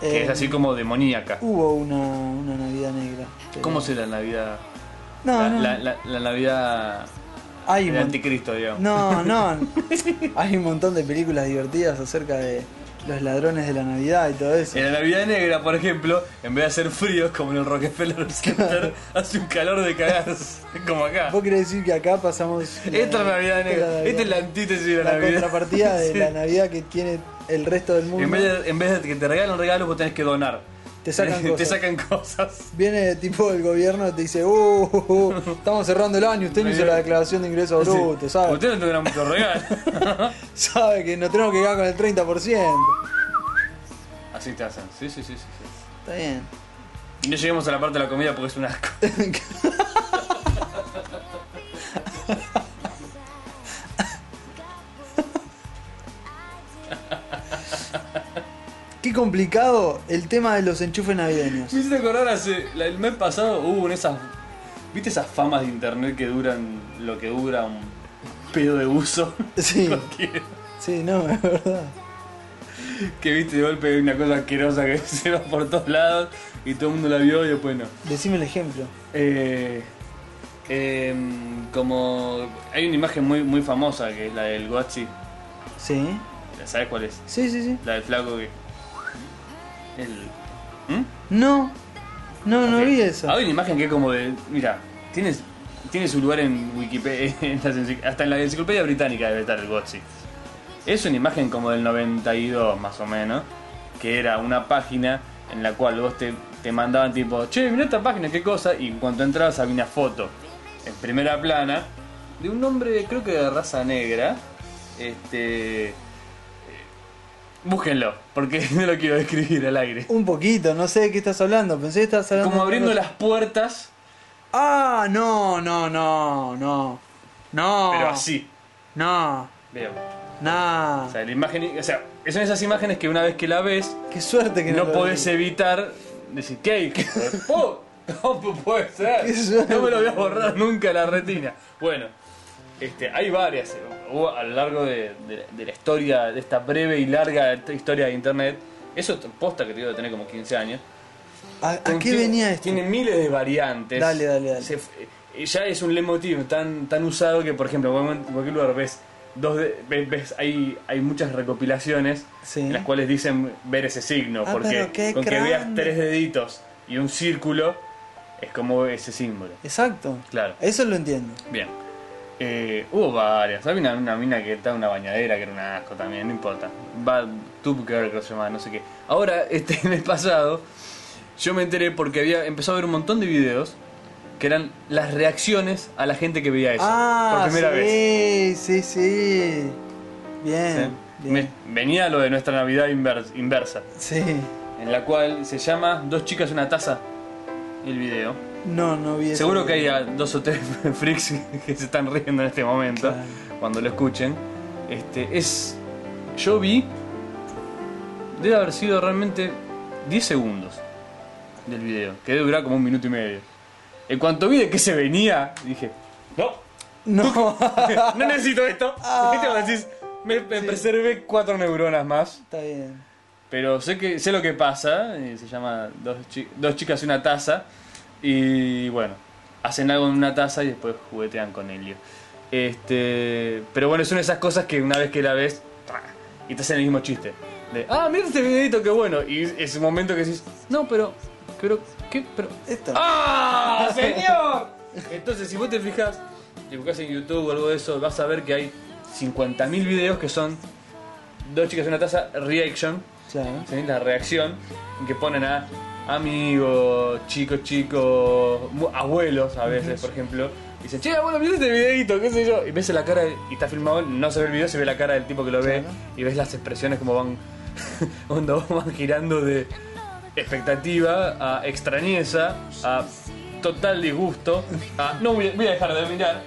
Speaker 3: que
Speaker 1: Eh,
Speaker 3: es así como demoníaca.
Speaker 1: Hubo una, una Navidad negra. pero-
Speaker 3: ¿Cómo será la Navidad?
Speaker 1: No,
Speaker 3: la,
Speaker 1: Ah, no.
Speaker 3: la- la- la Navidad
Speaker 1: Hay un
Speaker 3: del
Speaker 1: mon-
Speaker 3: anticristo, digamos.
Speaker 1: No, no. Hay un montón de películas divertidas acerca de los ladrones de la Navidad y todo eso.
Speaker 3: En la Navidad negra, por ejemplo, en vez de hacer frío como en el Rockefeller Center, hace un calor de cagarse, como acá.
Speaker 1: ¿Vos querés decir que acá pasamos. la-
Speaker 3: Esta es la Navidad negra,
Speaker 1: la
Speaker 3: esta es la antítesis de la,
Speaker 1: la
Speaker 3: Navidad.
Speaker 1: contrapartida de
Speaker 3: Sí.
Speaker 1: la Navidad que tiene el resto del mundo.
Speaker 3: En vez, de, en vez de que te regalen regalos, vos tenés que donar.
Speaker 1: Te sacan
Speaker 3: Te
Speaker 1: cosas.
Speaker 3: sacan cosas.
Speaker 1: Viene tipo del gobierno y te dice, "Uh, uh, uh, estamos cerrando el año, usted no hizo la declaración de ingreso bruto, ¿sabe?
Speaker 3: Ustedes no tendrán muchos regalos.
Speaker 1: Sabe que nos tenemos que quedar con el 30%.
Speaker 3: Así te hacen, sí, sí, sí, sí. sí.
Speaker 1: Está bien.
Speaker 3: Y no lleguemos a la parte de la comida porque es un asco.
Speaker 1: Qué complicado el tema de los enchufes navideños.
Speaker 3: Me hiciste acordar hace. la- el mes pasado hubo en esas. ¿Viste esas famas de internet que duran lo que dura un pedo de uso?
Speaker 1: Sí,
Speaker 3: que,
Speaker 1: sí, no, es verdad.
Speaker 3: que viste de golpe una cosa asquerosa que se va por todos lados y todo el mundo la vio y después no.
Speaker 1: Decime el ejemplo.
Speaker 3: Eh, em, como. Hay una imagen muy, muy famosa que es la del Guachi.
Speaker 1: Sí,
Speaker 3: ¿Sabes cuál es?
Speaker 1: sí, sí, sí.
Speaker 3: La del flaco que. El. ¿Mm?
Speaker 1: No, no, no
Speaker 3: Ok.
Speaker 1: vi eso.
Speaker 3: Hay una imagen que es como de. Mira, tienes. Tiene su lugar en Wikipedia, en las encicl- hasta en la enciclopedia británica debe estar el Gotzi. Es una imagen como del 92 más o menos, que era una página en la cual vos te, te mandaban tipo, che, mirá esta página, qué cosa, y en cuanto entrabas había una foto en primera plana de un hombre, creo que de raza negra, este... eh, Búsquenlo, porque no lo quiero describir al aire.
Speaker 1: Un poquito, no sé de qué estás hablando. Pensé que estabas hablando.
Speaker 3: Como
Speaker 1: de
Speaker 3: abriendo
Speaker 1: algo-
Speaker 3: las puertas
Speaker 1: Ah, no, no, no, no. No.
Speaker 3: Pero así.
Speaker 1: No,
Speaker 3: Veamos.
Speaker 1: nah.
Speaker 3: O sea, la imagen, o sea, son esas imágenes que una vez que la ves,
Speaker 1: Qué suerte que no.
Speaker 3: no
Speaker 1: lo
Speaker 3: podés
Speaker 1: vi.
Speaker 3: evitar decir, ¿qué? hay? ¿Qué- ¡Oh! No puede
Speaker 1: Qué
Speaker 3: ser.
Speaker 1: suerte.
Speaker 3: No me lo voy a borrar nunca de la retina. Bueno, este, hay varias. eh, hubo a lo largo de, de- de la historia, de esta breve y larga historia de internet. Eso es posta que te de tener como 15 años.
Speaker 1: ¿A, a qué
Speaker 3: Tiene-
Speaker 1: venía esto?
Speaker 3: Tiene miles de variantes.
Speaker 1: Dale, dale, dale.
Speaker 3: Se f- eh, ya es un leitmotiv tan, tan usado que, por ejemplo, en cualquier lugar ves, dos de- ves, ves- hay, hay muchas recopilaciones
Speaker 1: Sí.
Speaker 3: en las cuales dicen ver ese signo,
Speaker 1: Ah,
Speaker 3: porque
Speaker 1: pero qué
Speaker 3: con que veas
Speaker 1: grande.
Speaker 3: tres deditos y un círculo es como ese símbolo.
Speaker 1: Exacto.
Speaker 3: Claro.
Speaker 1: Eso lo entiendo.
Speaker 3: Bien. Eh, hubo varias. Había una, una mina que estaba en una bañadera que era un asco también, no importa. Bad Tube Girl, creo que se llamaba, no sé qué. Ahora, este en el pasado, yo me enteré porque había empezado a ver un montón de videos que eran las reacciones a la gente que veía eso.
Speaker 1: ah,
Speaker 3: por primera
Speaker 1: sí,
Speaker 3: vez.
Speaker 1: sí, sí. Bien,
Speaker 3: Sí.
Speaker 1: bien.
Speaker 3: Me- venía lo de nuestra Navidad invers- inversa,
Speaker 1: Sí.
Speaker 3: en la cual se llama Dos chicas, una taza. El video.
Speaker 1: No, no vi eso.
Speaker 3: Seguro que hay a dos o tres freaks que se están riendo en este momento
Speaker 1: Claro.
Speaker 3: cuando lo escuchen. Este es. Yo vi. Debe haber sido realmente 10 segundos del video, que debe durar como un minuto y medio. En cuanto vi de qué se venía, dije, no,
Speaker 1: No.
Speaker 3: no necesito esto. ¿Viste cuando decís, me, me preservé cuatro neuronas más.
Speaker 1: Está bien.
Speaker 3: Pero sé que sé lo que pasa, eh, se llama Dos, chi- dos chicas y una taza. Y bueno, hacen algo en una taza y después juguetean con Helio. Este, pero bueno, es una de esas cosas que una vez que la ves ¡tra! y te hacen el mismo chiste. De, ah, mira este videito, qué bueno. Y es un momento que decís, no, pero, pero, ¿qué? Pero,
Speaker 1: Esto.
Speaker 3: ¡Ah, señor! Entonces, si vos te fijas, te buscas en YouTube o algo de eso, vas a ver que hay 50.000 videos que son dos chicas en una taza reaction,
Speaker 1: Claro.
Speaker 3: ¿sí? la reacción, en que ponen a amigos, chicos, chicos, mu- abuelos a veces, por ejemplo. y Dicen, che, abuelo, mirá este videito, qué sé yo. Y ves la cara, de- y está filmado, no se ve el video, se ve la cara del tipo que lo ve.
Speaker 1: Claro.
Speaker 3: Y ves las expresiones como van, cuando van girando de expectativa a extrañeza, a total disgusto, a no voy a, voy a dejar de mirar,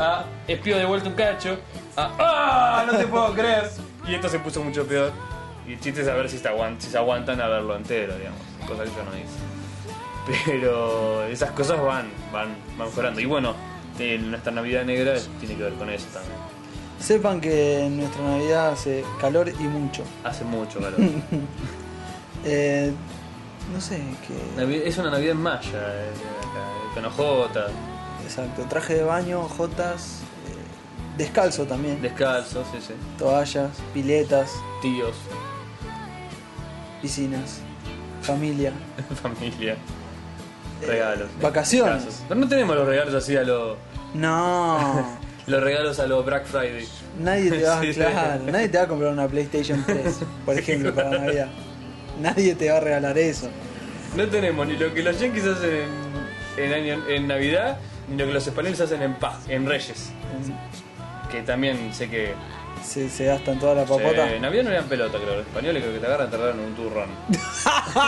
Speaker 3: a espío de vuelta un cacho, a ¡ah! No te puedo creer. Y esto se puso mucho peor. Y el chiste es a ver si se, aguan- si se aguantan a verlo entero, digamos. Cosa que yo no hice. Pero esas cosas van, van, van mejorando. Y bueno, eh, nuestra Navidad Negra tiene que ver con eso también.
Speaker 1: Sepan que en nuestra Navidad hace calor y mucho.
Speaker 3: Hace mucho calor.
Speaker 1: Eh, no sé, que.
Speaker 3: Navi- es una Navidad en Maya, eh, acá, eh, con ojotas,
Speaker 1: Exacto. Traje de baño, jotas. eh, descalzo también.
Speaker 3: descalzos, sí, sí.
Speaker 1: Toallas, piletas,
Speaker 3: tíos,
Speaker 1: piscinas, familia.
Speaker 3: familia, regalos.
Speaker 1: Eh, vacaciones.
Speaker 3: Casos. Pero no tenemos los regalos así a los.
Speaker 1: No.
Speaker 3: Los regalos a los Black Friday.
Speaker 1: Nadie te va a
Speaker 3: Sí.
Speaker 1: claro, nadie te va a comprar una PlayStation 3, por ejemplo, para Navidad. Nadie te va a regalar eso.
Speaker 3: No tenemos ni lo que los Yankees hacen en, en año- en Navidad, ni lo que los españoles hacen en Paz, en Reyes. Que también sé que.
Speaker 1: Se, se gastan toda la papota.
Speaker 3: Eh, en Navidad no le dan pelota, creo. Los españoles creo que te agarran, te agarran un turrón.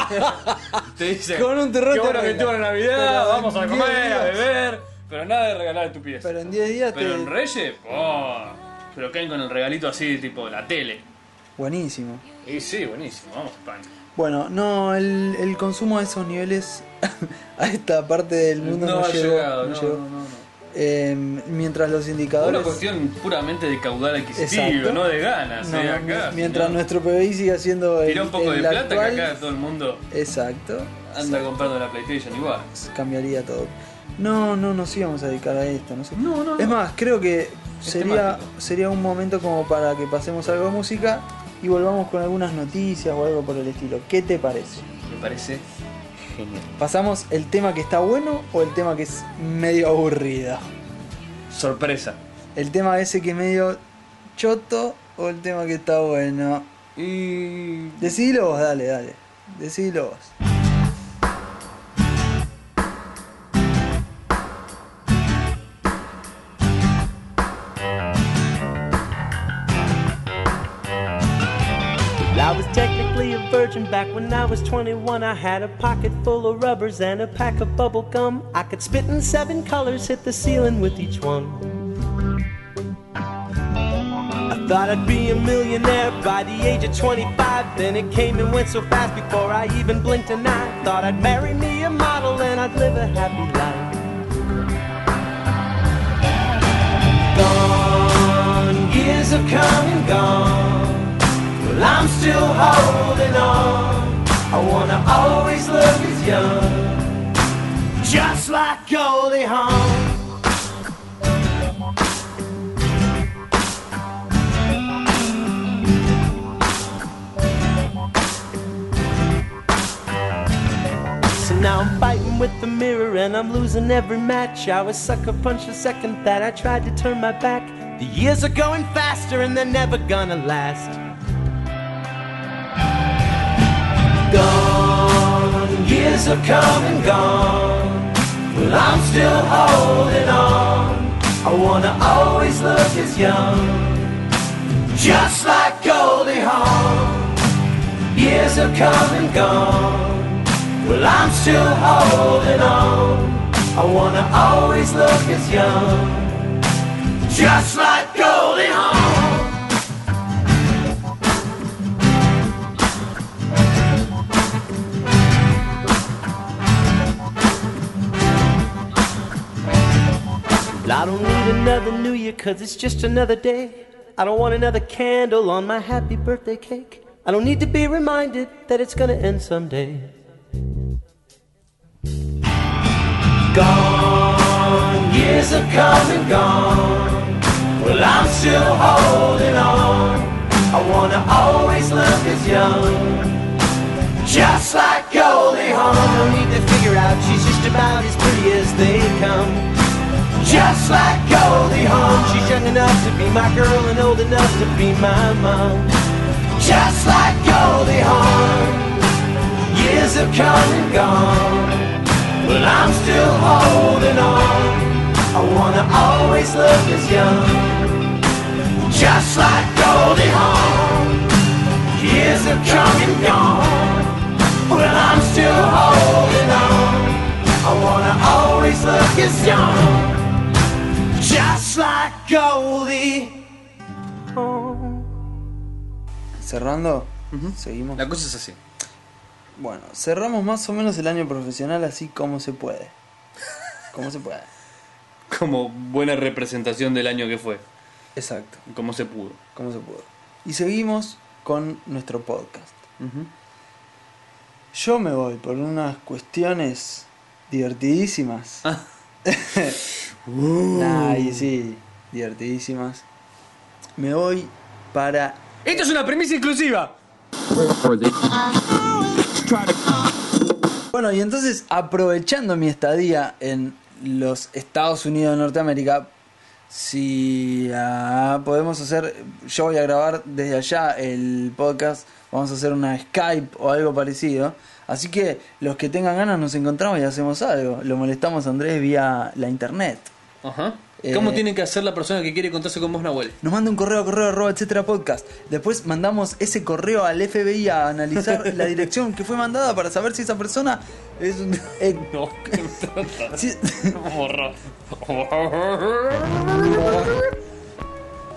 Speaker 3: te dicen.
Speaker 1: Con un turrón
Speaker 3: Qué
Speaker 1: te
Speaker 3: bueno que
Speaker 1: arreglas".
Speaker 3: estuvo la Navidad,
Speaker 1: Pero
Speaker 3: vamos a
Speaker 1: en
Speaker 3: comer,
Speaker 1: diez
Speaker 3: a
Speaker 1: días-
Speaker 3: beber. Pero nada de regalar estupideces.
Speaker 1: Pero en 10 días
Speaker 3: Pero en
Speaker 1: te.
Speaker 3: Reyes, oh, pero caen con el regalito así, tipo la tele.
Speaker 1: Buenísimo.
Speaker 3: Y sí, buenísimo, vamos, pan.
Speaker 1: Bueno, no, el, el consumo a esos niveles a esta parte del mundo no,
Speaker 3: ha
Speaker 1: llegó.
Speaker 3: llegado,
Speaker 1: no
Speaker 3: no,
Speaker 1: llegó.
Speaker 3: no, no,
Speaker 1: Eh, mientras los
Speaker 3: no.
Speaker 1: indicadores.
Speaker 3: Una cuestión puramente de caudal adquisitivo,
Speaker 1: Exacto.
Speaker 3: no de ganas.
Speaker 1: No,
Speaker 3: eh,
Speaker 1: no,
Speaker 3: acá,
Speaker 1: mientras
Speaker 3: señor.
Speaker 1: nuestro PBI siga siendo el,
Speaker 3: Tirá un poco de
Speaker 1: el
Speaker 3: plata
Speaker 1: actual-
Speaker 3: que acá todo el mundo
Speaker 1: Exacto.
Speaker 3: anda comprando la PlayStation igual.
Speaker 1: cambiaría todo. No, no nos íbamos a dedicar a esto, no sé.
Speaker 3: No, no,
Speaker 1: Es
Speaker 3: no.
Speaker 1: más, creo que sería,
Speaker 3: temático.
Speaker 1: sería un momento como para que pasemos algo de música y volvamos con algunas noticias o algo por el estilo. ¿Qué te parece?
Speaker 3: Me parece genial.
Speaker 1: ¿Pasamos el tema que está bueno o el tema que es medio aburrido?
Speaker 3: Sorpresa.
Speaker 1: ¿El tema ese que es medio choto o el tema que está bueno?
Speaker 3: Y.
Speaker 1: Decidilo vos, dale, dale. Decidilo vos.
Speaker 4: I was technically a virgin back when I was 21. I had a pocket full of rubbers and a pack of bubble gum. I could spit in seven colors, hit the ceiling with each one. I thought I'd be a millionaire by the age of 25. Then it came and went so fast before I even blinked an eye. Thought I'd marry me a model and I'd live a happy life. Gone, years have come and gone. Well, I'm still holding on. I wanna always look as young, just like Goldie Hawn. So now I'm fighting with the mirror and I'm losing every match. I was sucker punched the second that I tried to turn my back. The years are going faster and they're never gonna last. gone. Years have come and gone. Well, I'm still holding on. I wanna always look as young, just like Goldie Hawn. Years have come and gone. Well, Well, I'm still holding on. I wanna always look as young, just like Goldie Hawn. I don't need another New Year 'cause it's just another day. I don't want another candle on my happy birthday cake. I don't need to be reminded that it's gonna end someday. Gone, years have come and gone. Well, I'm still holding on. I wanna always look as young. Just like Goldie Hawn, I don't need to figure out she's just about as pretty as they come. Just like Goldie Hawn, she's young enough to be my girl and old enough to be my mom. Just like Goldie Hawn, years have come and gone, but I'm still holding on. I wanna always look as young, just like Goldie Hawn. Years have come and gone, but I'm still holding on. I wanna always look as young, just like Goldie.
Speaker 1: Cerrando, seguimos.
Speaker 2: La cosa es así.
Speaker 1: Bueno, cerramos más o menos el año profesional así como se puede. Como se puede.
Speaker 2: Como buena representación del año que fue.
Speaker 1: Exacto,
Speaker 2: Como se pudo.
Speaker 1: como se pudo. Y seguimos con nuestro podcast. Yo me voy por unas cuestiones divertidísimas.
Speaker 2: Ah.
Speaker 1: Nah, y sí, divertidísimas. Me voy para.
Speaker 2: Esto es una premisa inclusiva.
Speaker 1: Bueno, y entonces aprovechando mi estadía en los Estados Unidos de Norteamérica, si ah, podemos hacer. Yo voy a grabar desde allá el podcast. Vamos a hacer una Skype o algo parecido. Así que los que tengan ganas nos encontramos y hacemos algo. Lo molestamos a Andrés vía la internet.
Speaker 2: Ajá.
Speaker 1: Eh,
Speaker 2: ¿Cómo tiene que hacer la persona que quiere contarse con vos, Nahuel?
Speaker 1: Nos manda un correo, correo, arroba, etcétera, podcast. Después mandamos ese correo al FBI a analizar la dirección que fue mandada para saber si esa persona es un... eh,
Speaker 2: No, que me trata.
Speaker 1: si-
Speaker 2: Borra.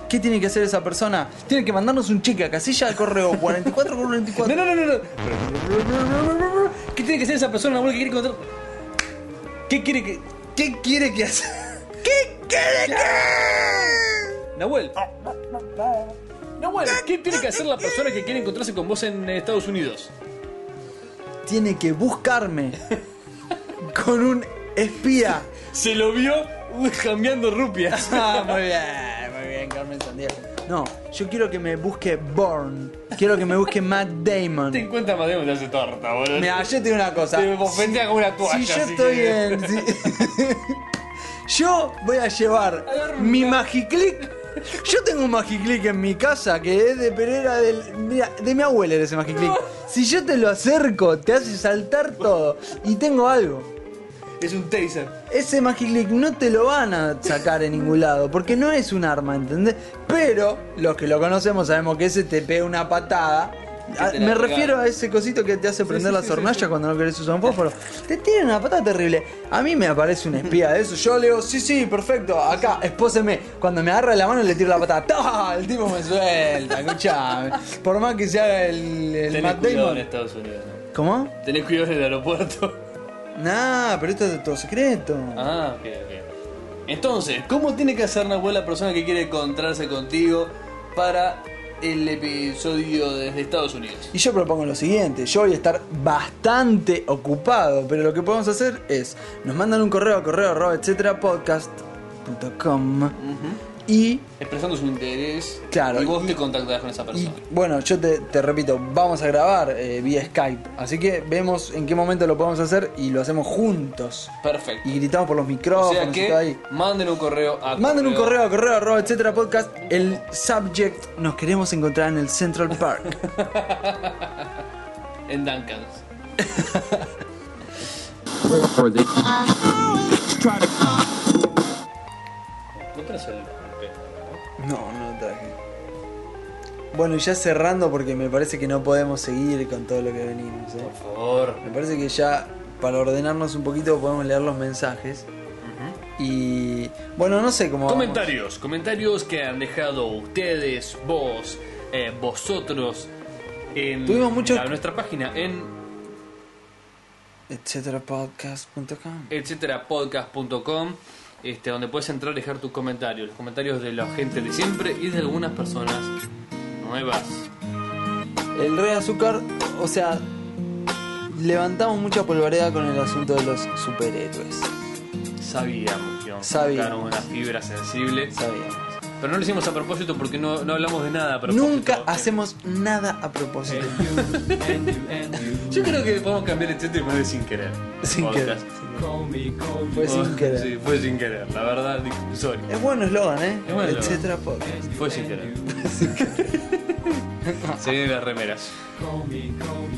Speaker 1: ¿Qué tiene que hacer esa persona? Tiene que mandarnos un cheque a casilla de correo 44
Speaker 2: No, no, no, no, no. ¿Qué tiene que hacer esa persona, Nahuel, que quiere contar? ¿Qué quiere que.? ¿Qué quiere que hacer?
Speaker 1: ¿Qué quiere que...?
Speaker 2: Nahuel. Nahuel, ¿qué tiene que hacer la persona que quiere encontrarse con vos en Estados Unidos?
Speaker 1: Tiene que buscarme con un espía.
Speaker 2: Se lo vio uh, cambiando rupias.
Speaker 1: Ah, muy bien, muy bien, Carmen Sandiego. No, yo quiero que me busque Bourne. Quiero que me busque Matt Damon.
Speaker 2: Te encuentras, Mateo, te hace torta, boludo.
Speaker 1: Mira, yo te digo una cosa.
Speaker 2: Te bofetea con una
Speaker 1: Si
Speaker 2: toalla,
Speaker 1: yo
Speaker 2: así
Speaker 1: estoy
Speaker 2: que-
Speaker 1: en. si- yo voy a llevar mi Magiclick. Yo tengo un Magiclick en mi casa que es de Pereira del. Mira, de mi abuela era ese Magiclick. Si yo te lo acerco, te hace saltar todo. Y tengo algo.
Speaker 2: Es un taser.
Speaker 1: Ese Magiclick no te lo van a sacar en ningún lado, porque no es un arma, ¿entendés? Pero los que lo conocemos sabemos que ese te pega una patada.
Speaker 2: te
Speaker 1: Ah,
Speaker 2: la
Speaker 1: Me
Speaker 2: pega.
Speaker 1: refiero a ese cosito que te hace prender
Speaker 2: sí,
Speaker 1: la
Speaker 2: sí,
Speaker 1: hornallas cuando no querés usar un fósforo. Te tira una patada terrible. A mí me aparece un espía de eso. Yo le digo, sí, sí, perfecto, acá, espóseme. Cuando me agarra la mano le tiro la patada. ¡Tá! El tipo me suelta, escuchame. Por más que sea el, el
Speaker 2: Tenés
Speaker 1: Matt
Speaker 2: cuidado
Speaker 1: Damon.
Speaker 2: en Estados Unidos, ¿no?
Speaker 1: ¿Cómo?
Speaker 2: Tenés cuidado en el aeropuerto.
Speaker 1: Nah, pero esto es todo secreto.
Speaker 2: Ah, ok, ok. Entonces, ¿cómo tiene que hacer Nahuel la persona que quiere encontrarse contigo para el episodio desde Estados Unidos?
Speaker 1: Y yo propongo lo siguiente, yo voy a estar bastante ocupado, pero lo que podemos hacer es, nos mandan un correo a correo arroba, etcétera podcast.com y,
Speaker 2: Expresando su interés.
Speaker 1: Claro.
Speaker 2: Y vos te contactás con esa
Speaker 1: y,
Speaker 2: persona.
Speaker 1: bueno, yo te, te repito, vamos a grabar eh, vía Skype, así que vemos en qué momento lo podemos hacer y lo hacemos juntos.
Speaker 2: Perfecto.
Speaker 1: Y gritamos por los
Speaker 2: o
Speaker 1: micrófonos
Speaker 2: sea
Speaker 1: y todo
Speaker 2: que
Speaker 1: ahí.
Speaker 2: manden un correo a
Speaker 1: Manden un correo a correo arroba, etcétera podcast, el subject, nos queremos encontrar en el Central Park.
Speaker 2: en Duncan's. No tenés el-
Speaker 1: No, no traje. Bueno, y ya cerrando, porque me parece que no podemos seguir con todo lo que venimos. ¿eh?
Speaker 3: Por favor.
Speaker 1: Me parece que ya, para ordenarnos un poquito, podemos leer los mensajes. Y bueno, no sé cómo. vamos.
Speaker 3: Comentarios, comentarios que han dejado ustedes, vos, eh, vosotros en
Speaker 1: Tuvimos muchos-
Speaker 3: a nuestra página en
Speaker 1: Etcétera podcast.com.
Speaker 3: etcéterapodcast.com este, donde puedes entrar y dejar tus comentarios, los comentarios de la gente de siempre y de algunas personas nuevas.
Speaker 1: El rey azúcar, o sea, levantamos mucha polvareda con el asunto de los superhéroes.
Speaker 3: Sabíamos que íbamos a
Speaker 1: Sabíamos.
Speaker 3: tocar una fibra sensible,
Speaker 1: Sabíamos.
Speaker 3: pero no lo hicimos a propósito porque no, no hablamos de nada a propósito. Eh,
Speaker 1: Nunca hacemos nada a propósito.
Speaker 3: Yo creo que podemos cambiar el título y poner sin querer.
Speaker 1: Sin querer.
Speaker 3: Podcast.
Speaker 1: Fue sin querer.
Speaker 3: Sí, fue sin querer, la verdad, dis- sorry.
Speaker 1: Es bueno eslogan, ¿eh?
Speaker 3: Es buen eslogan.
Speaker 1: Etcétera podcast.
Speaker 3: Fue sin querer. Se vienen las remeras.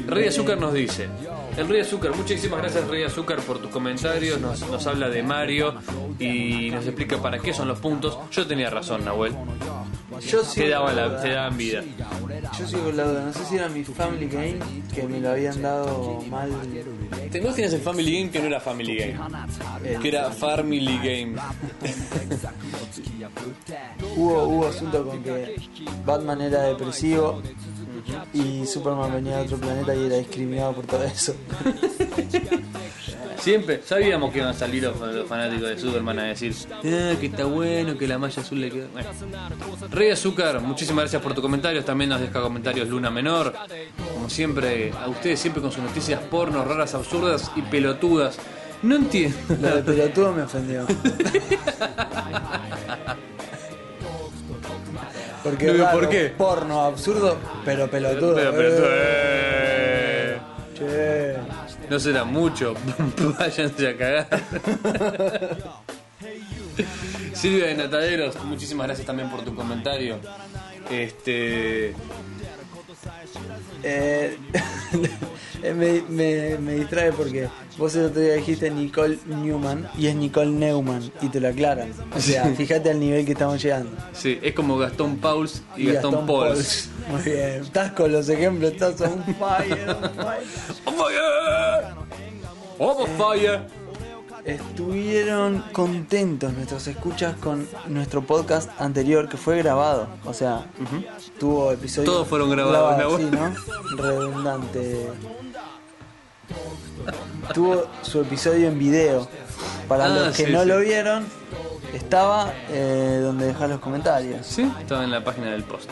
Speaker 3: Rey Azúcar nos dice. El Rey Azúcar, muchísimas gracias Rey Azúcar por tus comentarios, nos, nos habla de Mario y nos explica para qué son los puntos. Yo tenía razón, Nahuel.
Speaker 1: Yo
Speaker 3: Te
Speaker 1: sigo
Speaker 3: daban,
Speaker 1: con
Speaker 3: la-
Speaker 1: la
Speaker 3: te
Speaker 1: duda.
Speaker 3: daban vida.
Speaker 1: Yo sigo con la duda. No sé si era mi Family Game que me lo habían dado mal.
Speaker 3: ¿Te imaginas el Family Game que no era Family Game? Que era Family Game.
Speaker 1: Hubo, hubo asunto con que Batman era depresivo y Superman venía de otro planeta y era discriminado por todo eso.
Speaker 3: Siempre sabíamos que iban a salir los, los fanáticos de Superman a decir "Ah, que está bueno, que la malla azul le queda. bueno. Rey Azúcar, muchísimas gracias por tus comentarios. También nos deja comentarios Luna Menor. Como siempre, a ustedes siempre con sus noticias porno, raras, absurdas y pelotudas. No entiendo.
Speaker 1: Lo de pelotudo me ofendió. Porque
Speaker 3: No
Speaker 1: es
Speaker 3: veo
Speaker 1: raro,
Speaker 3: por qué.
Speaker 1: porno absurdo, pero pelotudo.
Speaker 3: Pero, pero, esto,
Speaker 1: Eh,
Speaker 3: eh,
Speaker 1: che.
Speaker 3: No será mucho. Váyanse a cagar. Silvia de Nataderos, muchísimas gracias también por tu comentario. Este.
Speaker 1: Eh, me, me- me distrae porque vos el otro día dijiste Nicole Newman y es Nicole Neumann y te lo aclaran. O sea, fíjate al nivel que estamos llegando.
Speaker 3: Sí, es como Gastón Pauls y, Gastón, Pauls.
Speaker 1: Pauls. Muy bien, estás con los ejemplos, estás on fire, on fire.
Speaker 3: ¡On ¡Oh, fire! ¡I'm on fire!
Speaker 1: Estuvieron contentos nuestros escuchas con nuestro podcast anterior que fue grabado. O sea, tuvo episodios.
Speaker 3: Todos fueron grabados,
Speaker 1: sí, ¿no? Redundante. tuvo su episodio en video. Para
Speaker 3: Ah,
Speaker 1: los que
Speaker 3: sí,
Speaker 1: no
Speaker 3: sí.
Speaker 1: lo vieron, estaba eh, donde dejar los comentarios.
Speaker 3: Sí, estaba en la página del post.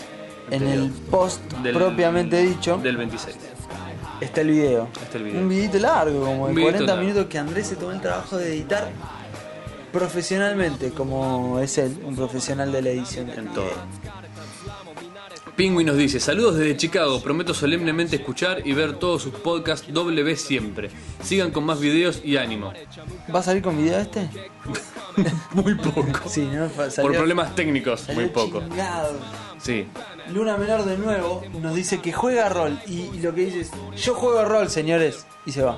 Speaker 1: En el post
Speaker 3: Del-
Speaker 1: propiamente dicho.
Speaker 3: Del 26.
Speaker 1: Está el video.
Speaker 3: Está el video.
Speaker 1: Un videito largo, como
Speaker 3: Un
Speaker 1: de
Speaker 3: videito
Speaker 1: 40
Speaker 3: largo.
Speaker 1: minutos que Andrés se tomó el trabajo de editar profesionalmente, como es él, un profesional de la edición.
Speaker 3: En todo. Pingui nos dice, saludos desde Chicago, prometo solemnemente escuchar y ver todos sus podcasts W siempre. Sigan con más videos y ánimo.
Speaker 1: ¿Va a salir con video este?
Speaker 3: Muy poco.
Speaker 1: Sí, no Fa-
Speaker 3: Por
Speaker 1: salió-
Speaker 3: problemas técnicos,
Speaker 1: salió
Speaker 3: muy poco.
Speaker 1: chingado.
Speaker 3: Sí.
Speaker 1: Luna Menor de nuevo nos dice que juega rol y, y lo que dice es, yo juego rol, señores, y se va.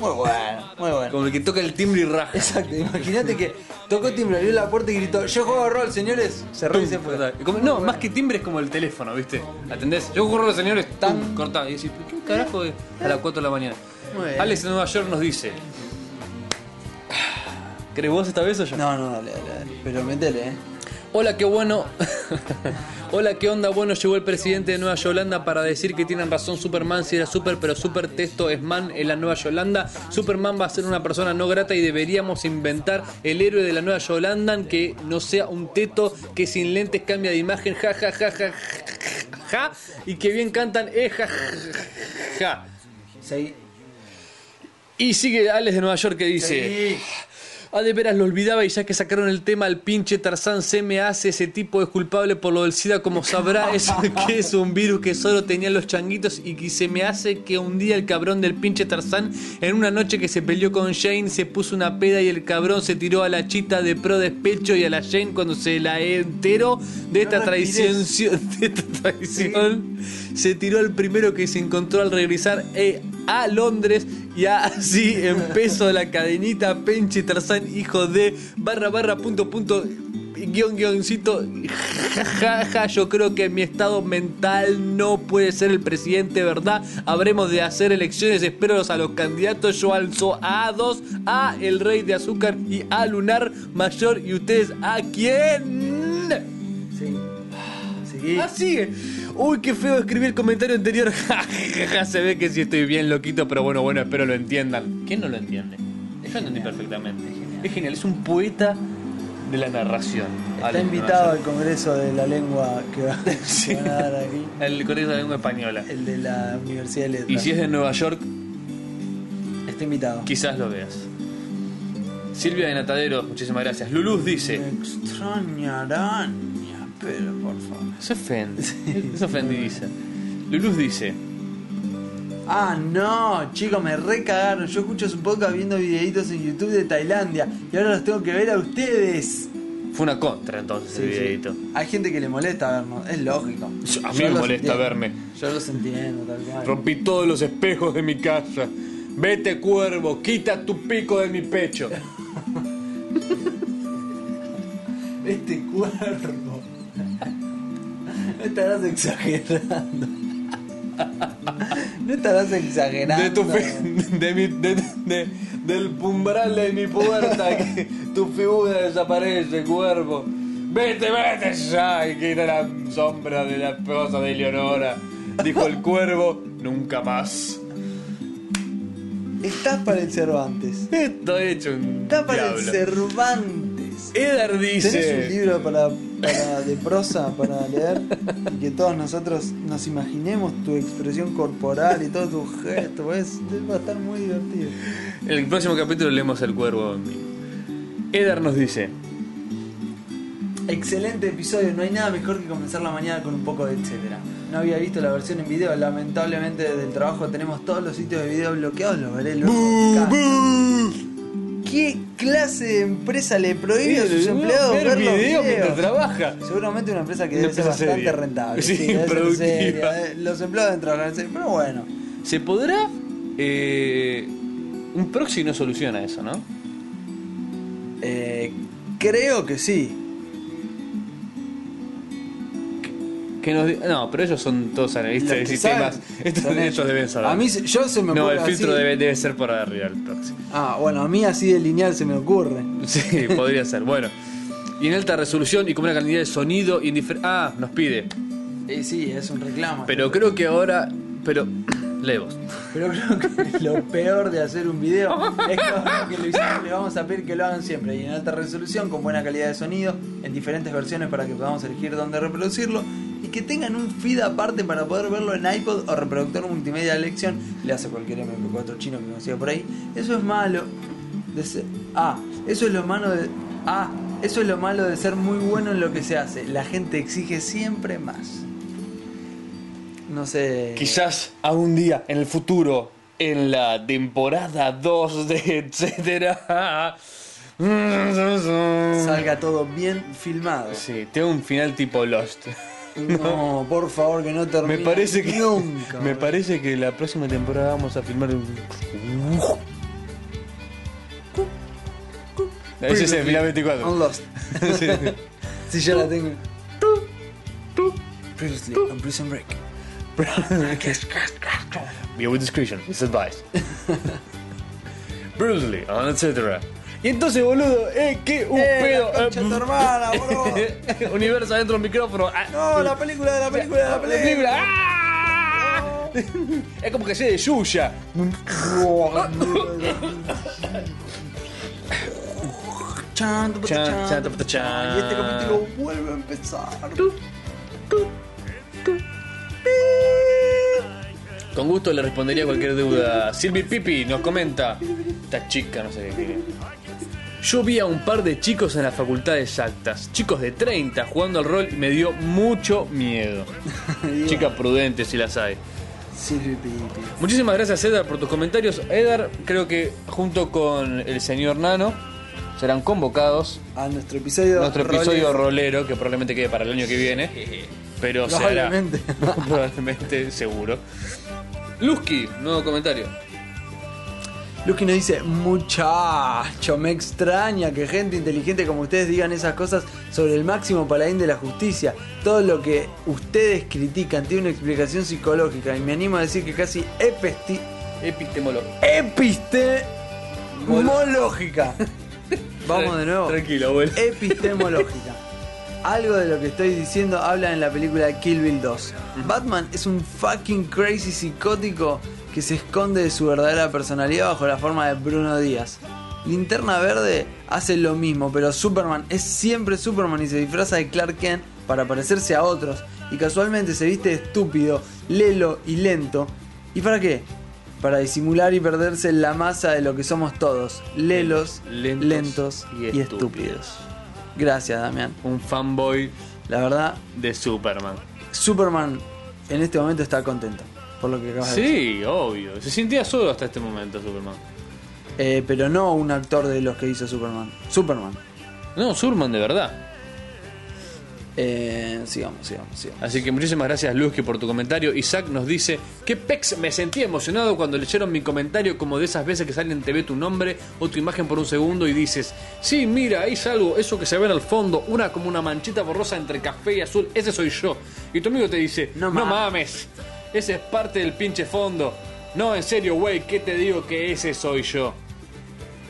Speaker 1: Muy bueno, muy bueno.
Speaker 3: Como el que toca el timbre y raja.
Speaker 1: Exacto, imagínate que tocó timbre, abrió la puerta y gritó, yo juego rol, señores, cerró y se fue.
Speaker 3: Cortá. Como- no, más que timbre es como el teléfono, ¿viste? ¿Atendés? Yo corro a los señores, tan cortado. Y decís, ¿por qué carajo es a las 4 de la mañana?
Speaker 1: Muy bien.
Speaker 3: Alex de Nueva York nos dice. ¿Crees vos esta vez o yo?
Speaker 1: No, no, dale, dale, dale. pero métele, eh.
Speaker 3: Hola, qué bueno. Hola, qué onda. Bueno, llegó el presidente de Nueva Yolanda para decir que tienen razón. Superman si era super, pero super texto es man en la Nueva Yolanda. Superman va a ser una persona no grata y deberíamos inventar el héroe de la Nueva Yolanda que no sea un teto que sin lentes cambia de imagen. Ja, ja, ja, ja, ja, ja. Y que bien cantan. Eh, ja, ja, ja, ja.
Speaker 1: Seguí.
Speaker 3: Y sigue Alex de Nueva York que dice.
Speaker 1: Seguí.
Speaker 3: Ah, de veras lo olvidaba y ya que sacaron el tema al pinche Tarzán se me hace ese tipo es culpable por lo del SIDA como sabrá es que es un virus que solo tenían los changuitos y que se me hace que un día el cabrón del pinche Tarzán en una noche que se peleó con Jane se puso una peda y el cabrón se tiró a la chita de pro despecho y a la Jane cuando se la enteró de esta
Speaker 1: No
Speaker 3: traición
Speaker 1: respires.
Speaker 3: de esta traición se tiró al primero que se encontró al regresar eh, a Londres y así empezó la cadenita Penche Tarzán hijo de barra barra punto punto guión, guioncito. Jajaja, yo creo que mi estado mental no puede ser el presidente, ¿verdad? Habremos de hacer elecciones, espero a los candidatos. Yo alzo a dos, a el rey de azúcar y a Lunar Mayor. ¿Y ustedes a quién?
Speaker 1: Sí. Sí.
Speaker 3: Así es. Ah, Uy, qué feo escribí el comentario anterior. Ja, ja, ja, Se ve que sí estoy bien loquito, pero bueno, bueno, espero lo entiendan. ¿Quién no lo entiende? Yo entendí perfectamente. Es genial, es un poeta de la narración.
Speaker 1: Está
Speaker 3: Alex
Speaker 1: invitado al congreso de la lengua que va, que
Speaker 3: Sí.
Speaker 1: van a dar aquí.
Speaker 3: Ronson. El Colegio de la Lengua Española.
Speaker 1: El de la Universidad de Letras.
Speaker 3: Y si es de Nueva York,
Speaker 1: Está invitado.
Speaker 3: quizás lo veas. Silvia de Natadero, muchísimas gracias. Luluz
Speaker 1: Me
Speaker 3: dice.
Speaker 1: extrañarán, pero por favor.
Speaker 3: Se ofende. Es ofendidiza. Luluz dice.
Speaker 1: Ah, no, chicos, me recagaron. Yo escucho su podcast viendo videitos en YouTube de Tailandia y ahora los tengo que ver a ustedes.
Speaker 3: Fue una contra entonces el videito.
Speaker 1: Hay gente que le molesta vernos, es lógico.
Speaker 3: Yo- a mí
Speaker 1: Yo
Speaker 3: me
Speaker 1: los
Speaker 3: molesta
Speaker 1: entiendo.
Speaker 3: verme.
Speaker 1: Yo los entiendo, tal cual.
Speaker 3: Rompí todos los espejos de mi casa. Vete, cuervo, quita tu pico de mi pecho.
Speaker 1: Este cuerpo. No estarás exagerando. No estarás exagerando.
Speaker 3: De tu fe- de mi- de- de- del umbral de mi puerta, que tu figura desaparece, cuervo. Vete, vete ya y quita la sombra de la esposa de Leonora. Dijo el cuervo, nunca más.
Speaker 1: Estás para el Cervantes.
Speaker 3: Esto hecho un
Speaker 1: Estás para el
Speaker 3: diablo.
Speaker 1: Cervantes.
Speaker 3: Edar dice.
Speaker 1: ¿Tenés un libro para, para- de prosa para leer? Y que todos nosotros nos imaginemos tu expresión corporal y todos tus gestos. pues, va a estar muy divertido.
Speaker 3: En el próximo capítulo leemos el cuervo. Edar nos dice.
Speaker 1: Excelente episodio, no hay nada mejor que comenzar la mañana con un poco de etcétera. No había visto la versión en video, lamentablemente desde el trabajo tenemos todos los sitios de video bloqueados, los veré luego. en casa. ¿Qué clase de empresa le prohíbe a sus empleados ver,
Speaker 3: ver
Speaker 1: los
Speaker 3: video
Speaker 1: videos?
Speaker 3: mientras trabaja.
Speaker 1: Seguramente una empresa que
Speaker 3: Una
Speaker 1: debe ser
Speaker 3: empresa
Speaker 1: bastante
Speaker 3: seria.
Speaker 1: rentable.
Speaker 3: Sí,
Speaker 1: debe ser
Speaker 3: productiva.
Speaker 1: seria, eh, Los empleados deben trabajar en serio, pero bueno.
Speaker 3: ¿Se podrá? eh, un proxy no soluciona eso, ¿no?
Speaker 1: eh, creo que sí.
Speaker 3: Que nos di- no, pero ellos son todos analistas
Speaker 1: Los
Speaker 3: de
Speaker 1: que
Speaker 3: sistemas.
Speaker 1: saben
Speaker 3: Estos
Speaker 1: son
Speaker 3: ellos
Speaker 1: ellos.
Speaker 3: deben saber.
Speaker 1: A mí, se- yo se me
Speaker 3: no,
Speaker 1: ocurre
Speaker 3: el filtro
Speaker 1: así.
Speaker 3: debe, debe ser por arriba el proxy.
Speaker 1: Ah, bueno, a mí así de lineal se me ocurre.
Speaker 3: Sí, podría ser. Bueno. Y en alta resolución y con una cantidad de sonido indifer- Ah, nos pide.
Speaker 1: Eh, sí, es un reclamo.
Speaker 3: Pero creo que ahora. Pero. Leemos.
Speaker 1: Pero creo que lo peor de hacer un video es que ahora que lo hicimos, le vamos a pedir que lo hagan siempre y en alta resolución, con buena calidad de sonido, en diferentes versiones para que podamos elegir dónde reproducirlo y que tengan un feed aparte para poder verlo en iPod o reproductor multimedia de elección. Le hace cualquier MP4 chino que consiga por ahí. Eso es malo. de ser- ah, eso es lo malo de. Ah, eso es lo malo de ser muy bueno en lo que se hace. La gente exige siempre más. No sé.
Speaker 3: Quizás algún día en el futuro, en la temporada 2 de etcétera.
Speaker 1: salga todo bien filmado.
Speaker 3: Sí, tengo un final tipo Lost.
Speaker 1: No, por favor, que no termine.
Speaker 3: Me parece que
Speaker 1: Nunca.
Speaker 3: me
Speaker 1: boludo.
Speaker 3: parece que la próxima temporada vamos a filmar un Ese es el final 24.
Speaker 1: On Lost.
Speaker 3: Sí.
Speaker 1: Si yo la tengo. Previously on Prison Break.
Speaker 3: View with discretion, it's advised. Brutally, on etc. ah, Y entonces, boludo, eh, que un
Speaker 1: Eh,
Speaker 3: pedo. eh,
Speaker 1: la concha de tu hermana, boludo.
Speaker 3: Universo adentro del micrófono. Ah.
Speaker 1: No, la película de la película de la
Speaker 3: La
Speaker 1: película.
Speaker 3: película. ¡Ah! Es como que sea de Yuya.
Speaker 1: Chan, tuputa,
Speaker 3: Chan,
Speaker 1: chan,
Speaker 3: chan,
Speaker 1: tuputa,
Speaker 3: tuputa, chan.
Speaker 1: Y este capítulo vuelve a empezar.
Speaker 3: Con gusto le respondería cualquier duda. Silvi Pipi nos comenta. Esta chica, no sé qué quiere. Yo vi a un par de chicos en la facultad de exactas, chicos de 30 jugando al rol y me dio mucho miedo. Chica prudente si las hay.
Speaker 1: Silvi Pipi.
Speaker 3: Muchísimas gracias Edar por tus comentarios. Edar, creo que junto con el señor Nano serán convocados
Speaker 1: A nuestro episodio.
Speaker 3: nuestro episodio
Speaker 1: roles.
Speaker 3: rolero, que probablemente quede para el año que viene. Pero se hará.
Speaker 1: Probablemente.
Speaker 3: Probablemente, seguro. Lusky, nuevo comentario.
Speaker 1: Luz que nos dice, muchacho, me extraña que gente inteligente como ustedes digan esas cosas sobre el máximo paladín de la justicia. Todo lo que ustedes critican tiene una explicación psicológica y me animo a decir que casi epesti-
Speaker 2: Epistemológico.
Speaker 1: epistemológica. Vamos de nuevo.
Speaker 2: Tranquilo, abuelo.
Speaker 1: epistemológica. Algo de lo que estoy diciendo habla en la película Kill Bill 2. Batman es un fucking crazy psicótico que se esconde de su verdadera personalidad bajo la forma de Bruno Díaz. Linterna Verde hace lo mismo, pero Superman es siempre Superman y se disfraza de Clark Kent para parecerse a otros. Y casualmente se viste de estúpido, lelo y lento. ¿Y para qué? Para disimular y perderse en la masa de lo que somos todos, lelos, lentos,
Speaker 3: Lentos
Speaker 1: y,
Speaker 3: y
Speaker 1: estúpidos. Gracias, Damián.
Speaker 3: Un fanboy
Speaker 1: La verdad,
Speaker 3: de Superman.
Speaker 1: Superman en este momento está contento por lo que acabas de decir.
Speaker 3: Sí, obvio. Se sentía solo hasta este momento Superman.
Speaker 1: Eh, pero no un actor de los que hizo Superman. Superman.
Speaker 3: No, Superman de verdad.
Speaker 1: Eh, sigamos, sigamos, sigamos.
Speaker 3: Así que muchísimas gracias Luzki por tu comentario. Isaac nos dice, que pex, me sentí emocionado cuando leyeron mi comentario como de esas veces que sale en TV tu nombre o tu imagen por un segundo y dices, sí, mira, ahí algo, eso que se ve en el fondo, una como una manchita borrosa entre café y azul, ese soy yo. Y tu amigo te dice,
Speaker 1: No
Speaker 3: no, mames, ese es parte del pinche fondo. No, en serio, güey, ¿qué te digo que ese soy yo?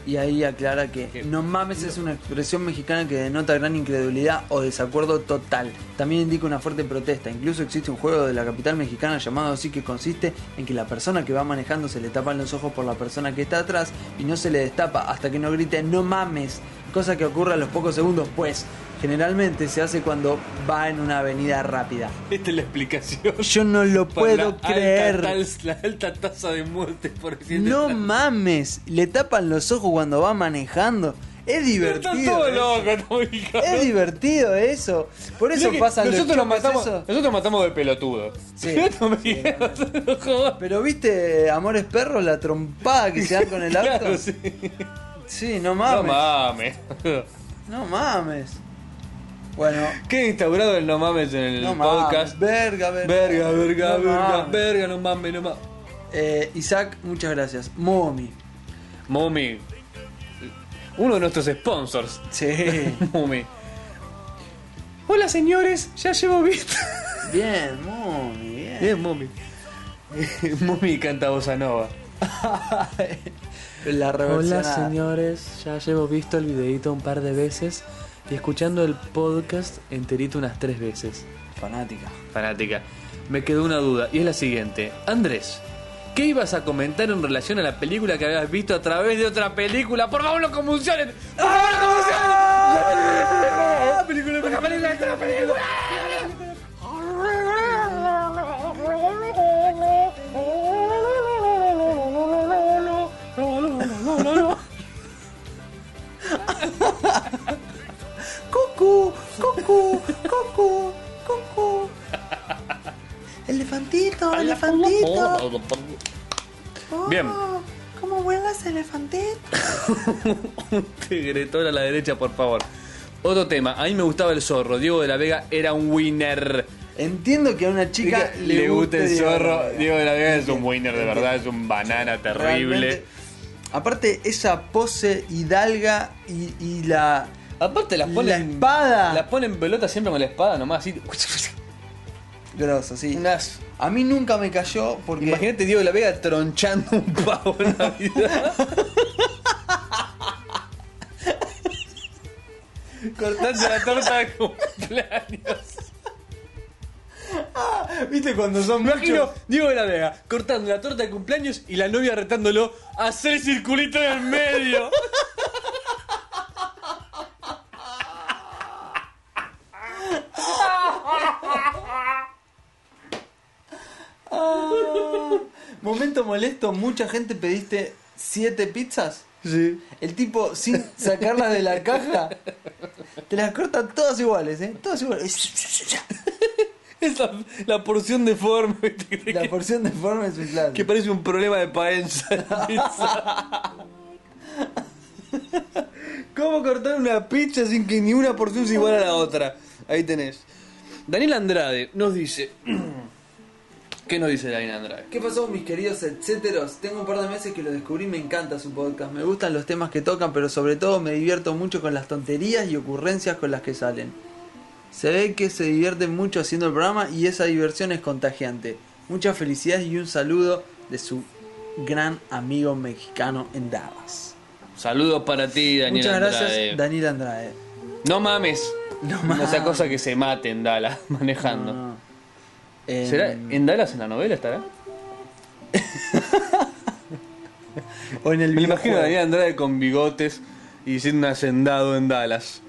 Speaker 1: Y ahí aclara que no mames es una expresión mexicana que denota gran incredulidad o desacuerdo total. También indica una fuerte protesta. Incluso existe un juego de la capital mexicana llamado así que consiste en que la persona que va manejando se le tapan los ojos por la persona que está atrás y no se le destapa hasta que no grite no mames, cosa que ocurre a los pocos segundos, pues generalmente se hace cuando va en una avenida rápida.
Speaker 3: Esta es la explicación.
Speaker 1: Yo no lo
Speaker 3: para la
Speaker 1: puedo
Speaker 3: alta
Speaker 1: creer.
Speaker 3: tals- la alta tasa de muerte por accidente
Speaker 1: No
Speaker 3: de tránsito.
Speaker 1: mames, le tapan los ojos cuando va manejando. Es divertido.
Speaker 3: Están todos
Speaker 1: eso.
Speaker 3: locos, no, hijo.
Speaker 1: Es divertido eso. Por eso
Speaker 3: Mirá que
Speaker 1: pasan
Speaker 3: nosotros nos
Speaker 1: los choques
Speaker 3: matamos,
Speaker 1: esos.
Speaker 3: nosotros nos matamos de pelotudo.
Speaker 1: Sí.
Speaker 3: No me digas, no jodas.
Speaker 1: Pero viste, Amores Perros, la trompada que se dan con el auto.
Speaker 3: Claro, sí.
Speaker 1: Sí, no
Speaker 3: No
Speaker 1: mames.
Speaker 3: mames.
Speaker 1: No mames. Bueno,
Speaker 3: Qué instaurado el no mames en el
Speaker 1: no
Speaker 3: podcast.
Speaker 1: mames. Verga, verga.
Speaker 3: Verga, verga,
Speaker 1: No
Speaker 3: verga,
Speaker 1: mames.
Speaker 3: verga, no mames, no mames.
Speaker 1: Eh, Isaac, muchas gracias. Momi.
Speaker 3: Mumi. Uno de nuestros sponsors.
Speaker 1: Sí.
Speaker 3: Mumi. Hola señores, ya llevo visto.
Speaker 1: bien, Momi, bien.
Speaker 3: Bien, Mumi. Mumi canta bossa nova.
Speaker 1: La
Speaker 5: Hola
Speaker 1: reversionada.
Speaker 5: señores, ya llevo visto el videito un par de veces y escuchando el podcast enterito unas tres veces.
Speaker 1: Fanática.
Speaker 3: fanática. Me quedó una duda y es la siguiente. Andrés, ¿qué ibas a comentar en relación a la película que habías visto a través de otra película? Por favor, no convulsiones. Por favor, no convulsiones. Película, película, película, otra película.
Speaker 1: Cucu, cucu, cucu, cucu. Elefantito, elefantito. Oh,
Speaker 3: Bien.
Speaker 1: ¿Cómo vuelas, elefantito?
Speaker 3: Te gretón a la derecha, por favor. Otro tema. A mí me gustaba el zorro. Diego de la Vega era un winner.
Speaker 1: Entiendo que a una chica
Speaker 3: le, gusta el
Speaker 1: guste
Speaker 3: zorro.
Speaker 1: Diego
Speaker 3: Diego de la Vega es un
Speaker 1: Entiendo,
Speaker 3: winner, de
Speaker 1: entiendo.
Speaker 3: verdad. Es un banana terrible.
Speaker 1: Realmente. Aparte, esa pose hidalga y, y la.
Speaker 3: Aparte las
Speaker 1: La
Speaker 3: ponen...
Speaker 1: espada.
Speaker 3: Las ponen pelota siempre con la espada nomás, así...
Speaker 1: Grosso, sí.
Speaker 3: Unas-
Speaker 1: A mí nunca me cayó porque.
Speaker 3: Imagínate Diego de la Vega tronchando un pavo en la vida. Cortando la torta de cumpleaños.
Speaker 1: ¿Viste cuando son
Speaker 3: Me imagino Diego de la Vega cortando la torta de cumpleaños y la novia retándolo a hacer el circulito en el medio. Ah.
Speaker 1: Momento molesto, mucha gente pediste siete pizzas. Sí. El tipo, sin sacarlas de la caja, te las corta todas iguales, ¿eh? Todas iguales.
Speaker 3: Es la, la porción deforme. ¿viste? Que,
Speaker 1: La porción de forma es un clásico.
Speaker 3: que parece un problema de paenza.
Speaker 1: ¿Cómo cortar una pizza sin que ni una porción
Speaker 3: Es igual a la otra. Ahí tenés. Daniel Andrade nos dice: ¿Qué nos dice Dain Andrade?
Speaker 1: ¿Qué pasó, mis queridos etcéteros? Tengo un par de meses que lo descubrí y me encanta su podcast. Me gustan los temas que tocan, pero sobre todo me divierto mucho con las tonterías y ocurrencias con las que salen. Se ve que se divierten mucho haciendo el programa y esa diversión es contagiante. Muchas felicidades y un saludo de su gran amigo mexicano en Dallas.
Speaker 3: Saludos para ti, Daniel
Speaker 1: Muchas gracias,
Speaker 3: Andrade.
Speaker 1: Daniel Andrade.
Speaker 3: no mames.
Speaker 1: No
Speaker 3: O sea,
Speaker 1: mames.
Speaker 3: cosa que se maten en Dallas manejando.
Speaker 1: No, no. Eh,
Speaker 3: ¿Será en Dallas en la novela estará?
Speaker 1: O en el
Speaker 3: Me lo imagino
Speaker 1: videojuego.
Speaker 3: a Daniel Andrade con bigotes y siendo un hacendado en Dallas.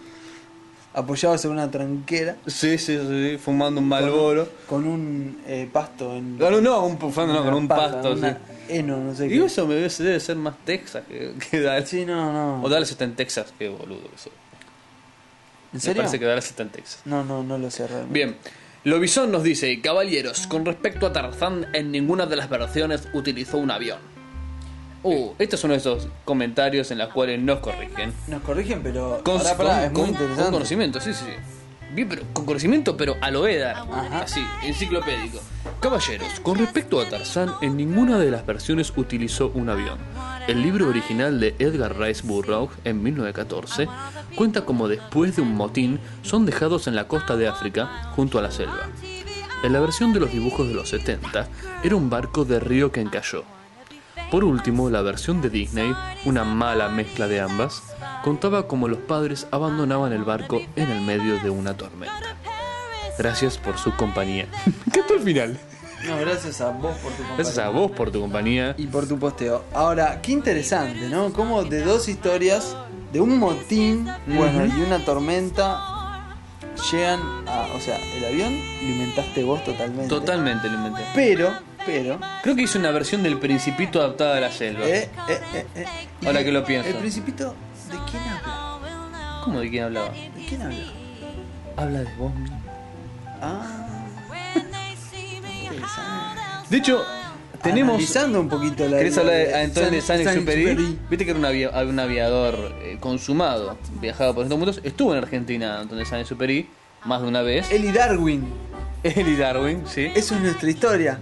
Speaker 1: Apoyado sobre una tranquera.
Speaker 3: Sí, sí, sí, sí, fumando un malboro.
Speaker 1: Con un eh, pasto en.
Speaker 3: No, no, no, un, fumando no, con un
Speaker 1: pata,
Speaker 3: pasto.
Speaker 1: una-
Speaker 3: sí.
Speaker 1: heno, no sé
Speaker 3: Digo,
Speaker 1: qué.
Speaker 3: eso me debe, debe ser más Texas que, que Dallas.
Speaker 1: Sí, no, no.
Speaker 3: O Dallas está en Texas, qué boludo que soy.
Speaker 1: ¿En
Speaker 3: Me
Speaker 1: serio?
Speaker 3: parece que Dallas está en Texas.
Speaker 1: No, no, no lo sé realmente.
Speaker 3: Bien. Lobizón nos dice, caballeros, con respecto a Tarzán, en ninguna de las versiones utilizó un avión. Uh, este es uno de esos comentarios en los cuales nos corrigen.
Speaker 1: Nos corrigen, pero.
Speaker 3: Con,
Speaker 1: Pará, pará,
Speaker 3: con-
Speaker 1: es
Speaker 3: con-
Speaker 1: muy interesante.
Speaker 3: con conocimiento, sí, sí, sí. Bien, pero con conocimiento, pero a lo Edar.
Speaker 1: Ajá.
Speaker 3: Así, enciclopédico. Caballeros, con respecto a Tarzán, en ninguna de las versiones utilizó un avión. El libro original de Edgar Rice Burroughs, en 1914, cuenta como después de un motín son dejados en la costa de África, junto a la selva. En la versión de los dibujos de los 70, era un barco de río que encalló. Por último, la versión de Disney, una mala mezcla de ambas, contaba cómo los padres abandonaban el barco en el medio de una tormenta. Gracias por su compañía. ¿Qué tal el final?
Speaker 1: No, gracias a vos por tu compañía.
Speaker 3: Gracias a vos por tu compañía.
Speaker 1: Y por tu posteo. Ahora, qué interesante, ¿no? Como de dos historias, de un motín bueno, y una tormenta, llegan a. O sea, el avión lo inventaste vos totalmente.
Speaker 3: Totalmente lo inventé.
Speaker 1: Pero, pero.
Speaker 3: Creo que hice una versión del Principito adaptada a la selva.
Speaker 1: eh, eh, eh, eh, y
Speaker 3: Ahora que lo pienso.
Speaker 1: El Principito, ¿de quién habla?
Speaker 3: ¿Cómo de quién hablaba?
Speaker 1: ¿De quién habla?
Speaker 3: Habla de vos mismo.
Speaker 1: Ah, interesante.
Speaker 3: De hecho, tenemos.
Speaker 1: Analizando un poquito la.
Speaker 3: ¿Querés hablar de, ah, entonces de
Speaker 1: San-
Speaker 3: Saint-Exupéry?
Speaker 1: Saint-Exupéry.
Speaker 3: Viste que era un, avia- un aviador eh, consumado, viajado por estos mundos. Estuvo en Argentina, entonces Saint-Exupéry, más de una vez.
Speaker 1: Él y Darwin.
Speaker 3: Él y Darwin, sí.
Speaker 1: Eso es nuestra historia.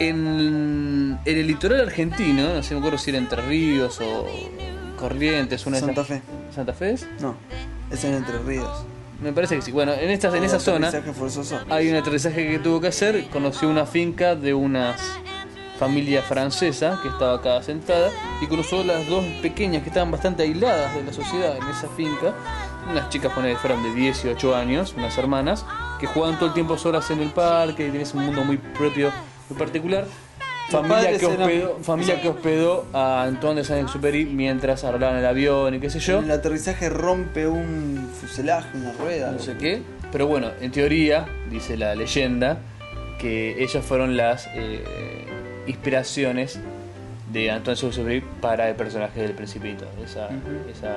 Speaker 3: En, en el litoral argentino, no sé, me acuerdo si era Entre Ríos o Corrientes, una de
Speaker 1: Santa
Speaker 3: esas-
Speaker 1: Fe.
Speaker 3: ¿Santa Fe es?
Speaker 1: No, es en Entre Ríos.
Speaker 3: Me parece que sí. Bueno, en, estas, en esa zona Ah,
Speaker 1: Aterrizaje forzoso.
Speaker 3: hay un aterrizaje que tuvo que hacer. Conoció una finca de una familia francesa que estaba acá sentada y cruzó las dos pequeñas que estaban bastante aisladas de la sociedad en esa finca. Unas chicas, ponele, fueron de 18 años, unas hermanas, que jugaban todo el tiempo solas en el parque y tenés un mundo muy propio, muy particular. Familia
Speaker 1: padres
Speaker 3: que,
Speaker 1: eran-
Speaker 3: hospedó, familia que hospedó a Antoine de Saint-Exupéry mientras arreglaban el avión y qué sé yo.
Speaker 1: En el aterrizaje rompe un fuselaje, una rueda.
Speaker 3: no sé qué. Pero bueno, en teoría, dice la leyenda, que ellas fueron las eh, inspiraciones de Antoine Saint-Exupéry para el personaje del Principito. Esa, esa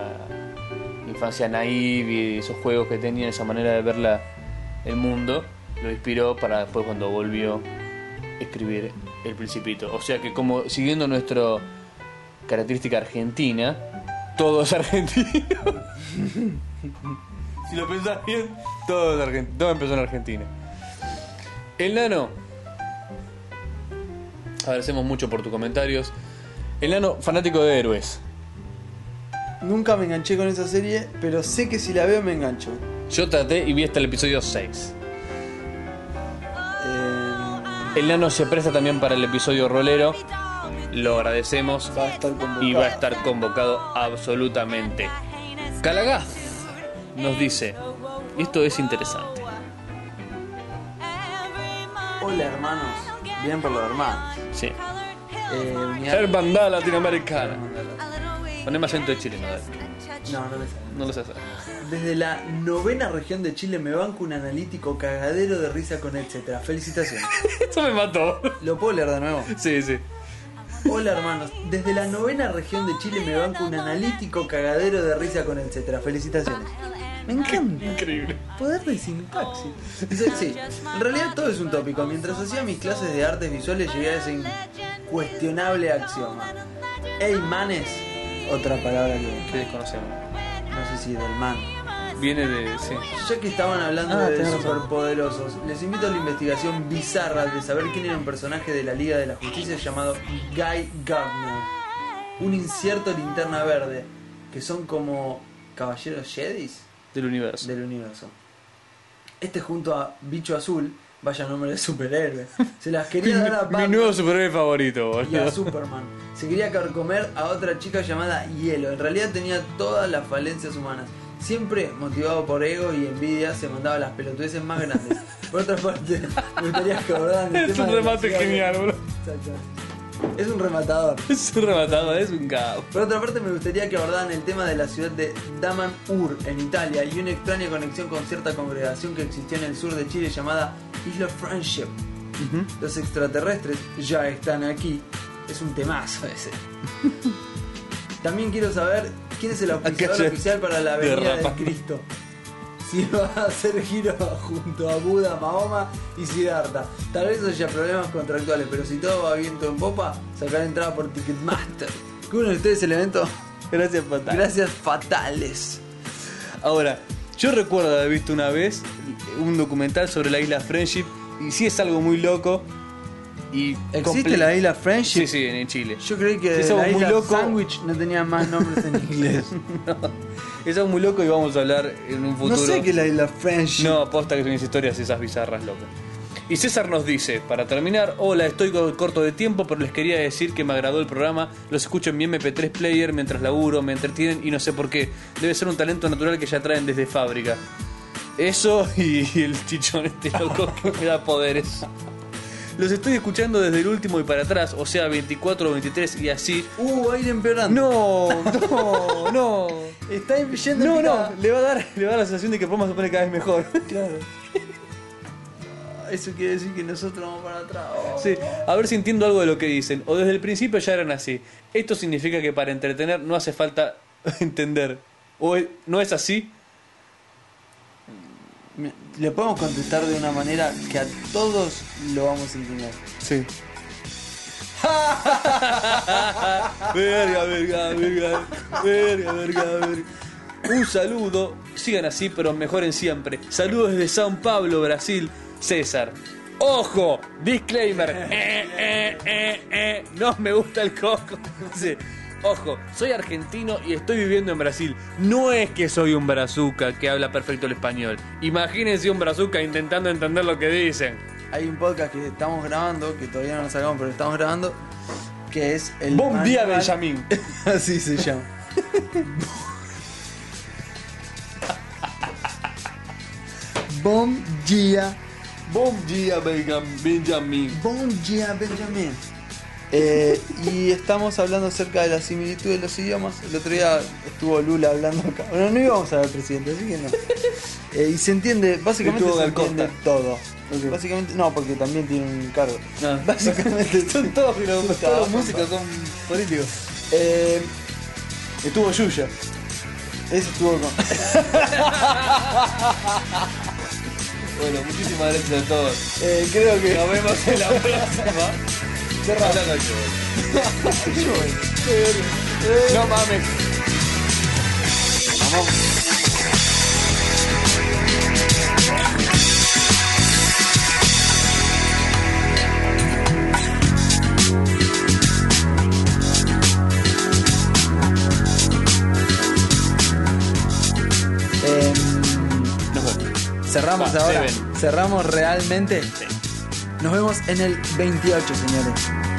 Speaker 3: infancia naive y esos juegos que tenía, esa manera de ver la- el mundo, lo inspiró para después cuando volvió escribir El Principito. O sea que como siguiendo nuestra característica argentina, todo es argentino. Si lo pensás bien, todo, es argen- todo empezó en Argentina. El nano. Agradecemos mucho por tus comentarios. El nano, fanático de héroes.
Speaker 1: Nunca me enganché con esa serie, pero sé que si la veo me engancho.
Speaker 3: Yo traté y vi hasta el episodio 6.
Speaker 1: Eh,
Speaker 3: El nano se presta también para el episodio rolero. Lo agradecemos.
Speaker 1: va a estar convocado.
Speaker 3: Y va a estar convocado absolutamente. Calagaz nos dice. Y esto es interesante.
Speaker 1: Hola hermanos. Bien por los hermanos.
Speaker 3: Sí.
Speaker 1: Eh, unidad-
Speaker 3: Ser bandada latinoamericana. Poneme acento de chileno, dale.
Speaker 1: No, no me sale.
Speaker 3: No lo sé hacer.
Speaker 1: Desde la novena región de Chile me banco un analítico cagadero de risa con etcétera. Felicitaciones.
Speaker 3: Eso me mató.
Speaker 1: ¿Lo puedo leer de nuevo?
Speaker 3: Sí, sí.
Speaker 1: Hola hermanos, desde la novena región de Chile me banco un analítico cagadero de risa con etcétera. Felicitaciones. Me encanta.
Speaker 3: Increíble.
Speaker 1: Poder de sintaxis. Dice, sí, en realidad todo es un tópico. Mientras hacía mis clases de artes visuales llegué a ese incuestionable axioma. Ey manes, otra palabra que
Speaker 3: ¿Qué desconocemos?
Speaker 1: no sé si del man.
Speaker 3: viene de. Sí.
Speaker 1: Ya que estaban hablando
Speaker 6: Ah,
Speaker 1: de
Speaker 6: tenés razón.
Speaker 1: superpoderosos, les invito a la investigación bizarra de saber quién era un personaje de la Liga de la Justicia llamado Guy Gardner. Un incierto linterna verde, que son como caballeros Jedis
Speaker 3: Del universo.
Speaker 1: del universo. Este junto a Bicho Azul, vaya nombre de superhéroe, se las quería dar a
Speaker 3: Mi
Speaker 1: Batman
Speaker 3: nuevo superhéroe favorito,
Speaker 1: y a
Speaker 3: boludo.
Speaker 1: Superman. Se quería carcomer a otra chica llamada Hielo. En realidad tenía todas las falencias humanas. Siempre motivado por ego y envidia, se mandaba las pelotudeces más grandes. Por otra parte, me gustaría que abordaran el
Speaker 3: Es
Speaker 1: tema
Speaker 3: un
Speaker 1: de
Speaker 3: remate
Speaker 1: los cigarros.
Speaker 3: genial, boludo.
Speaker 1: Exacto. Es un rematador.
Speaker 3: Es un rematado, es un capo.
Speaker 1: Por otra parte, me gustaría que abordaran el tema de la ciudad de Daman-Ur, en Italia, y una extraña conexión con cierta congregación que existió en el sur de Chile llamada Isla Friendship. Los extraterrestres ya están aquí. Es un temazo ese. También quiero saber quién es el auspiciador
Speaker 3: Acá se
Speaker 1: oficial para la venida de
Speaker 3: derrapa.
Speaker 1: Cristo. Si va a hacer giro junto a Buda, Mahoma y Siddhartha. Tal vez haya problemas contractuales, pero si todo va viento en popa, sacar entrada por Ticketmaster. Que uno de ustedes el evento.
Speaker 3: Gracias, Patán.
Speaker 1: Gracias fatales.
Speaker 3: Ahora, yo recuerdo haber visto una vez un documental sobre la isla Friendship y sí es algo muy loco. Y comple-
Speaker 1: isla
Speaker 3: Sí,
Speaker 1: Friendship?
Speaker 3: sí, en Chile.
Speaker 1: Yo creí que
Speaker 3: Sí, somos
Speaker 1: la
Speaker 3: muy
Speaker 1: isla
Speaker 3: locos.
Speaker 1: Sandwich no tenía más nombres en inglés.
Speaker 3: Eso es muy loco y vamos a hablar en un
Speaker 6: No
Speaker 3: futuro.
Speaker 6: sé qué es la isla Friendship.
Speaker 3: No, aposta que son mis historias esas bizarras locas. Y César nos dice, para terminar, hola, estoy co- corto de tiempo, pero les quería decir que me agradó el programa, los escucho en mi MP3 player mientras laburo, me entretienen y no sé por qué. Debe ser un talento natural que ya traen desde fábrica. Eso y el chichón este loco que me da poderes. Los estoy escuchando desde el último y para atrás, o sea, 24, 23 y así.
Speaker 1: uh, va a ir empeorando.
Speaker 3: No, no, no.
Speaker 1: Está yendo
Speaker 3: No,
Speaker 1: en picada.
Speaker 3: no, le va a dar, le va a dar la sensación de que podemos poner cada vez mejor.
Speaker 1: Claro. Eso quiere decir que nosotros vamos para atrás. Oh.
Speaker 3: Sí, a ver si entiendo algo de lo que dicen. O desde el principio ya eran así. Esto significa que para entretener no hace falta entender. O e- no es así.
Speaker 1: Mira, Le podemos contestar de una manera que a todos lo vamos a entender.
Speaker 3: Sí. verga, verga, verga, verga, verga, verga. Un saludo. Sigan así, pero mejoren siempre. Saludos desde San Pablo, Brasil. César. Ojo, disclaimer. Eh, eh, eh, eh. No me gusta el coco. Dice, Ojo, soy argentino y estoy viviendo en Brasil. No es que soy un brazuca que habla perfecto el español. Imagínense un brazuca intentando entender lo que dicen.
Speaker 1: Hay un podcast que estamos grabando, que todavía no lo sacamos, pero estamos grabando, que es el.
Speaker 3: Buen día,
Speaker 1: manual-
Speaker 3: Benjamín.
Speaker 1: Así se llama.
Speaker 6: Bom dia.
Speaker 3: Buen día, Benjamín.
Speaker 1: Buen día, Benjamin. Eh, y estamos hablando acerca de la similitud de los idiomas. El otro día estuvo Lula hablando acá. Bueno, no íbamos a ver presidente, así que no. Eh, y se entiende, básicamente
Speaker 3: Estuvo
Speaker 1: se
Speaker 3: Gal Costa.
Speaker 1: entiende todo. Básicamente, no, porque también tiene un cargo.
Speaker 3: Ah.
Speaker 1: Básicamente
Speaker 3: Son todos, pero
Speaker 1: Puta,
Speaker 3: todos los
Speaker 1: basta.
Speaker 3: músicos son políticos.
Speaker 1: Eh,
Speaker 3: Estuvo Yuya.
Speaker 1: eso estuvo con.
Speaker 3: Bueno, muchísimas gracias a todos.
Speaker 1: Eh, creo que.
Speaker 3: Nos vemos en la próxima. Buenas noches. No mames.
Speaker 1: eh,
Speaker 3: Nos vemos.
Speaker 1: cerramos
Speaker 3: Va,
Speaker 1: ahora.
Speaker 3: Seven.
Speaker 1: Cerramos realmente. Nos vemos en el 28, señores.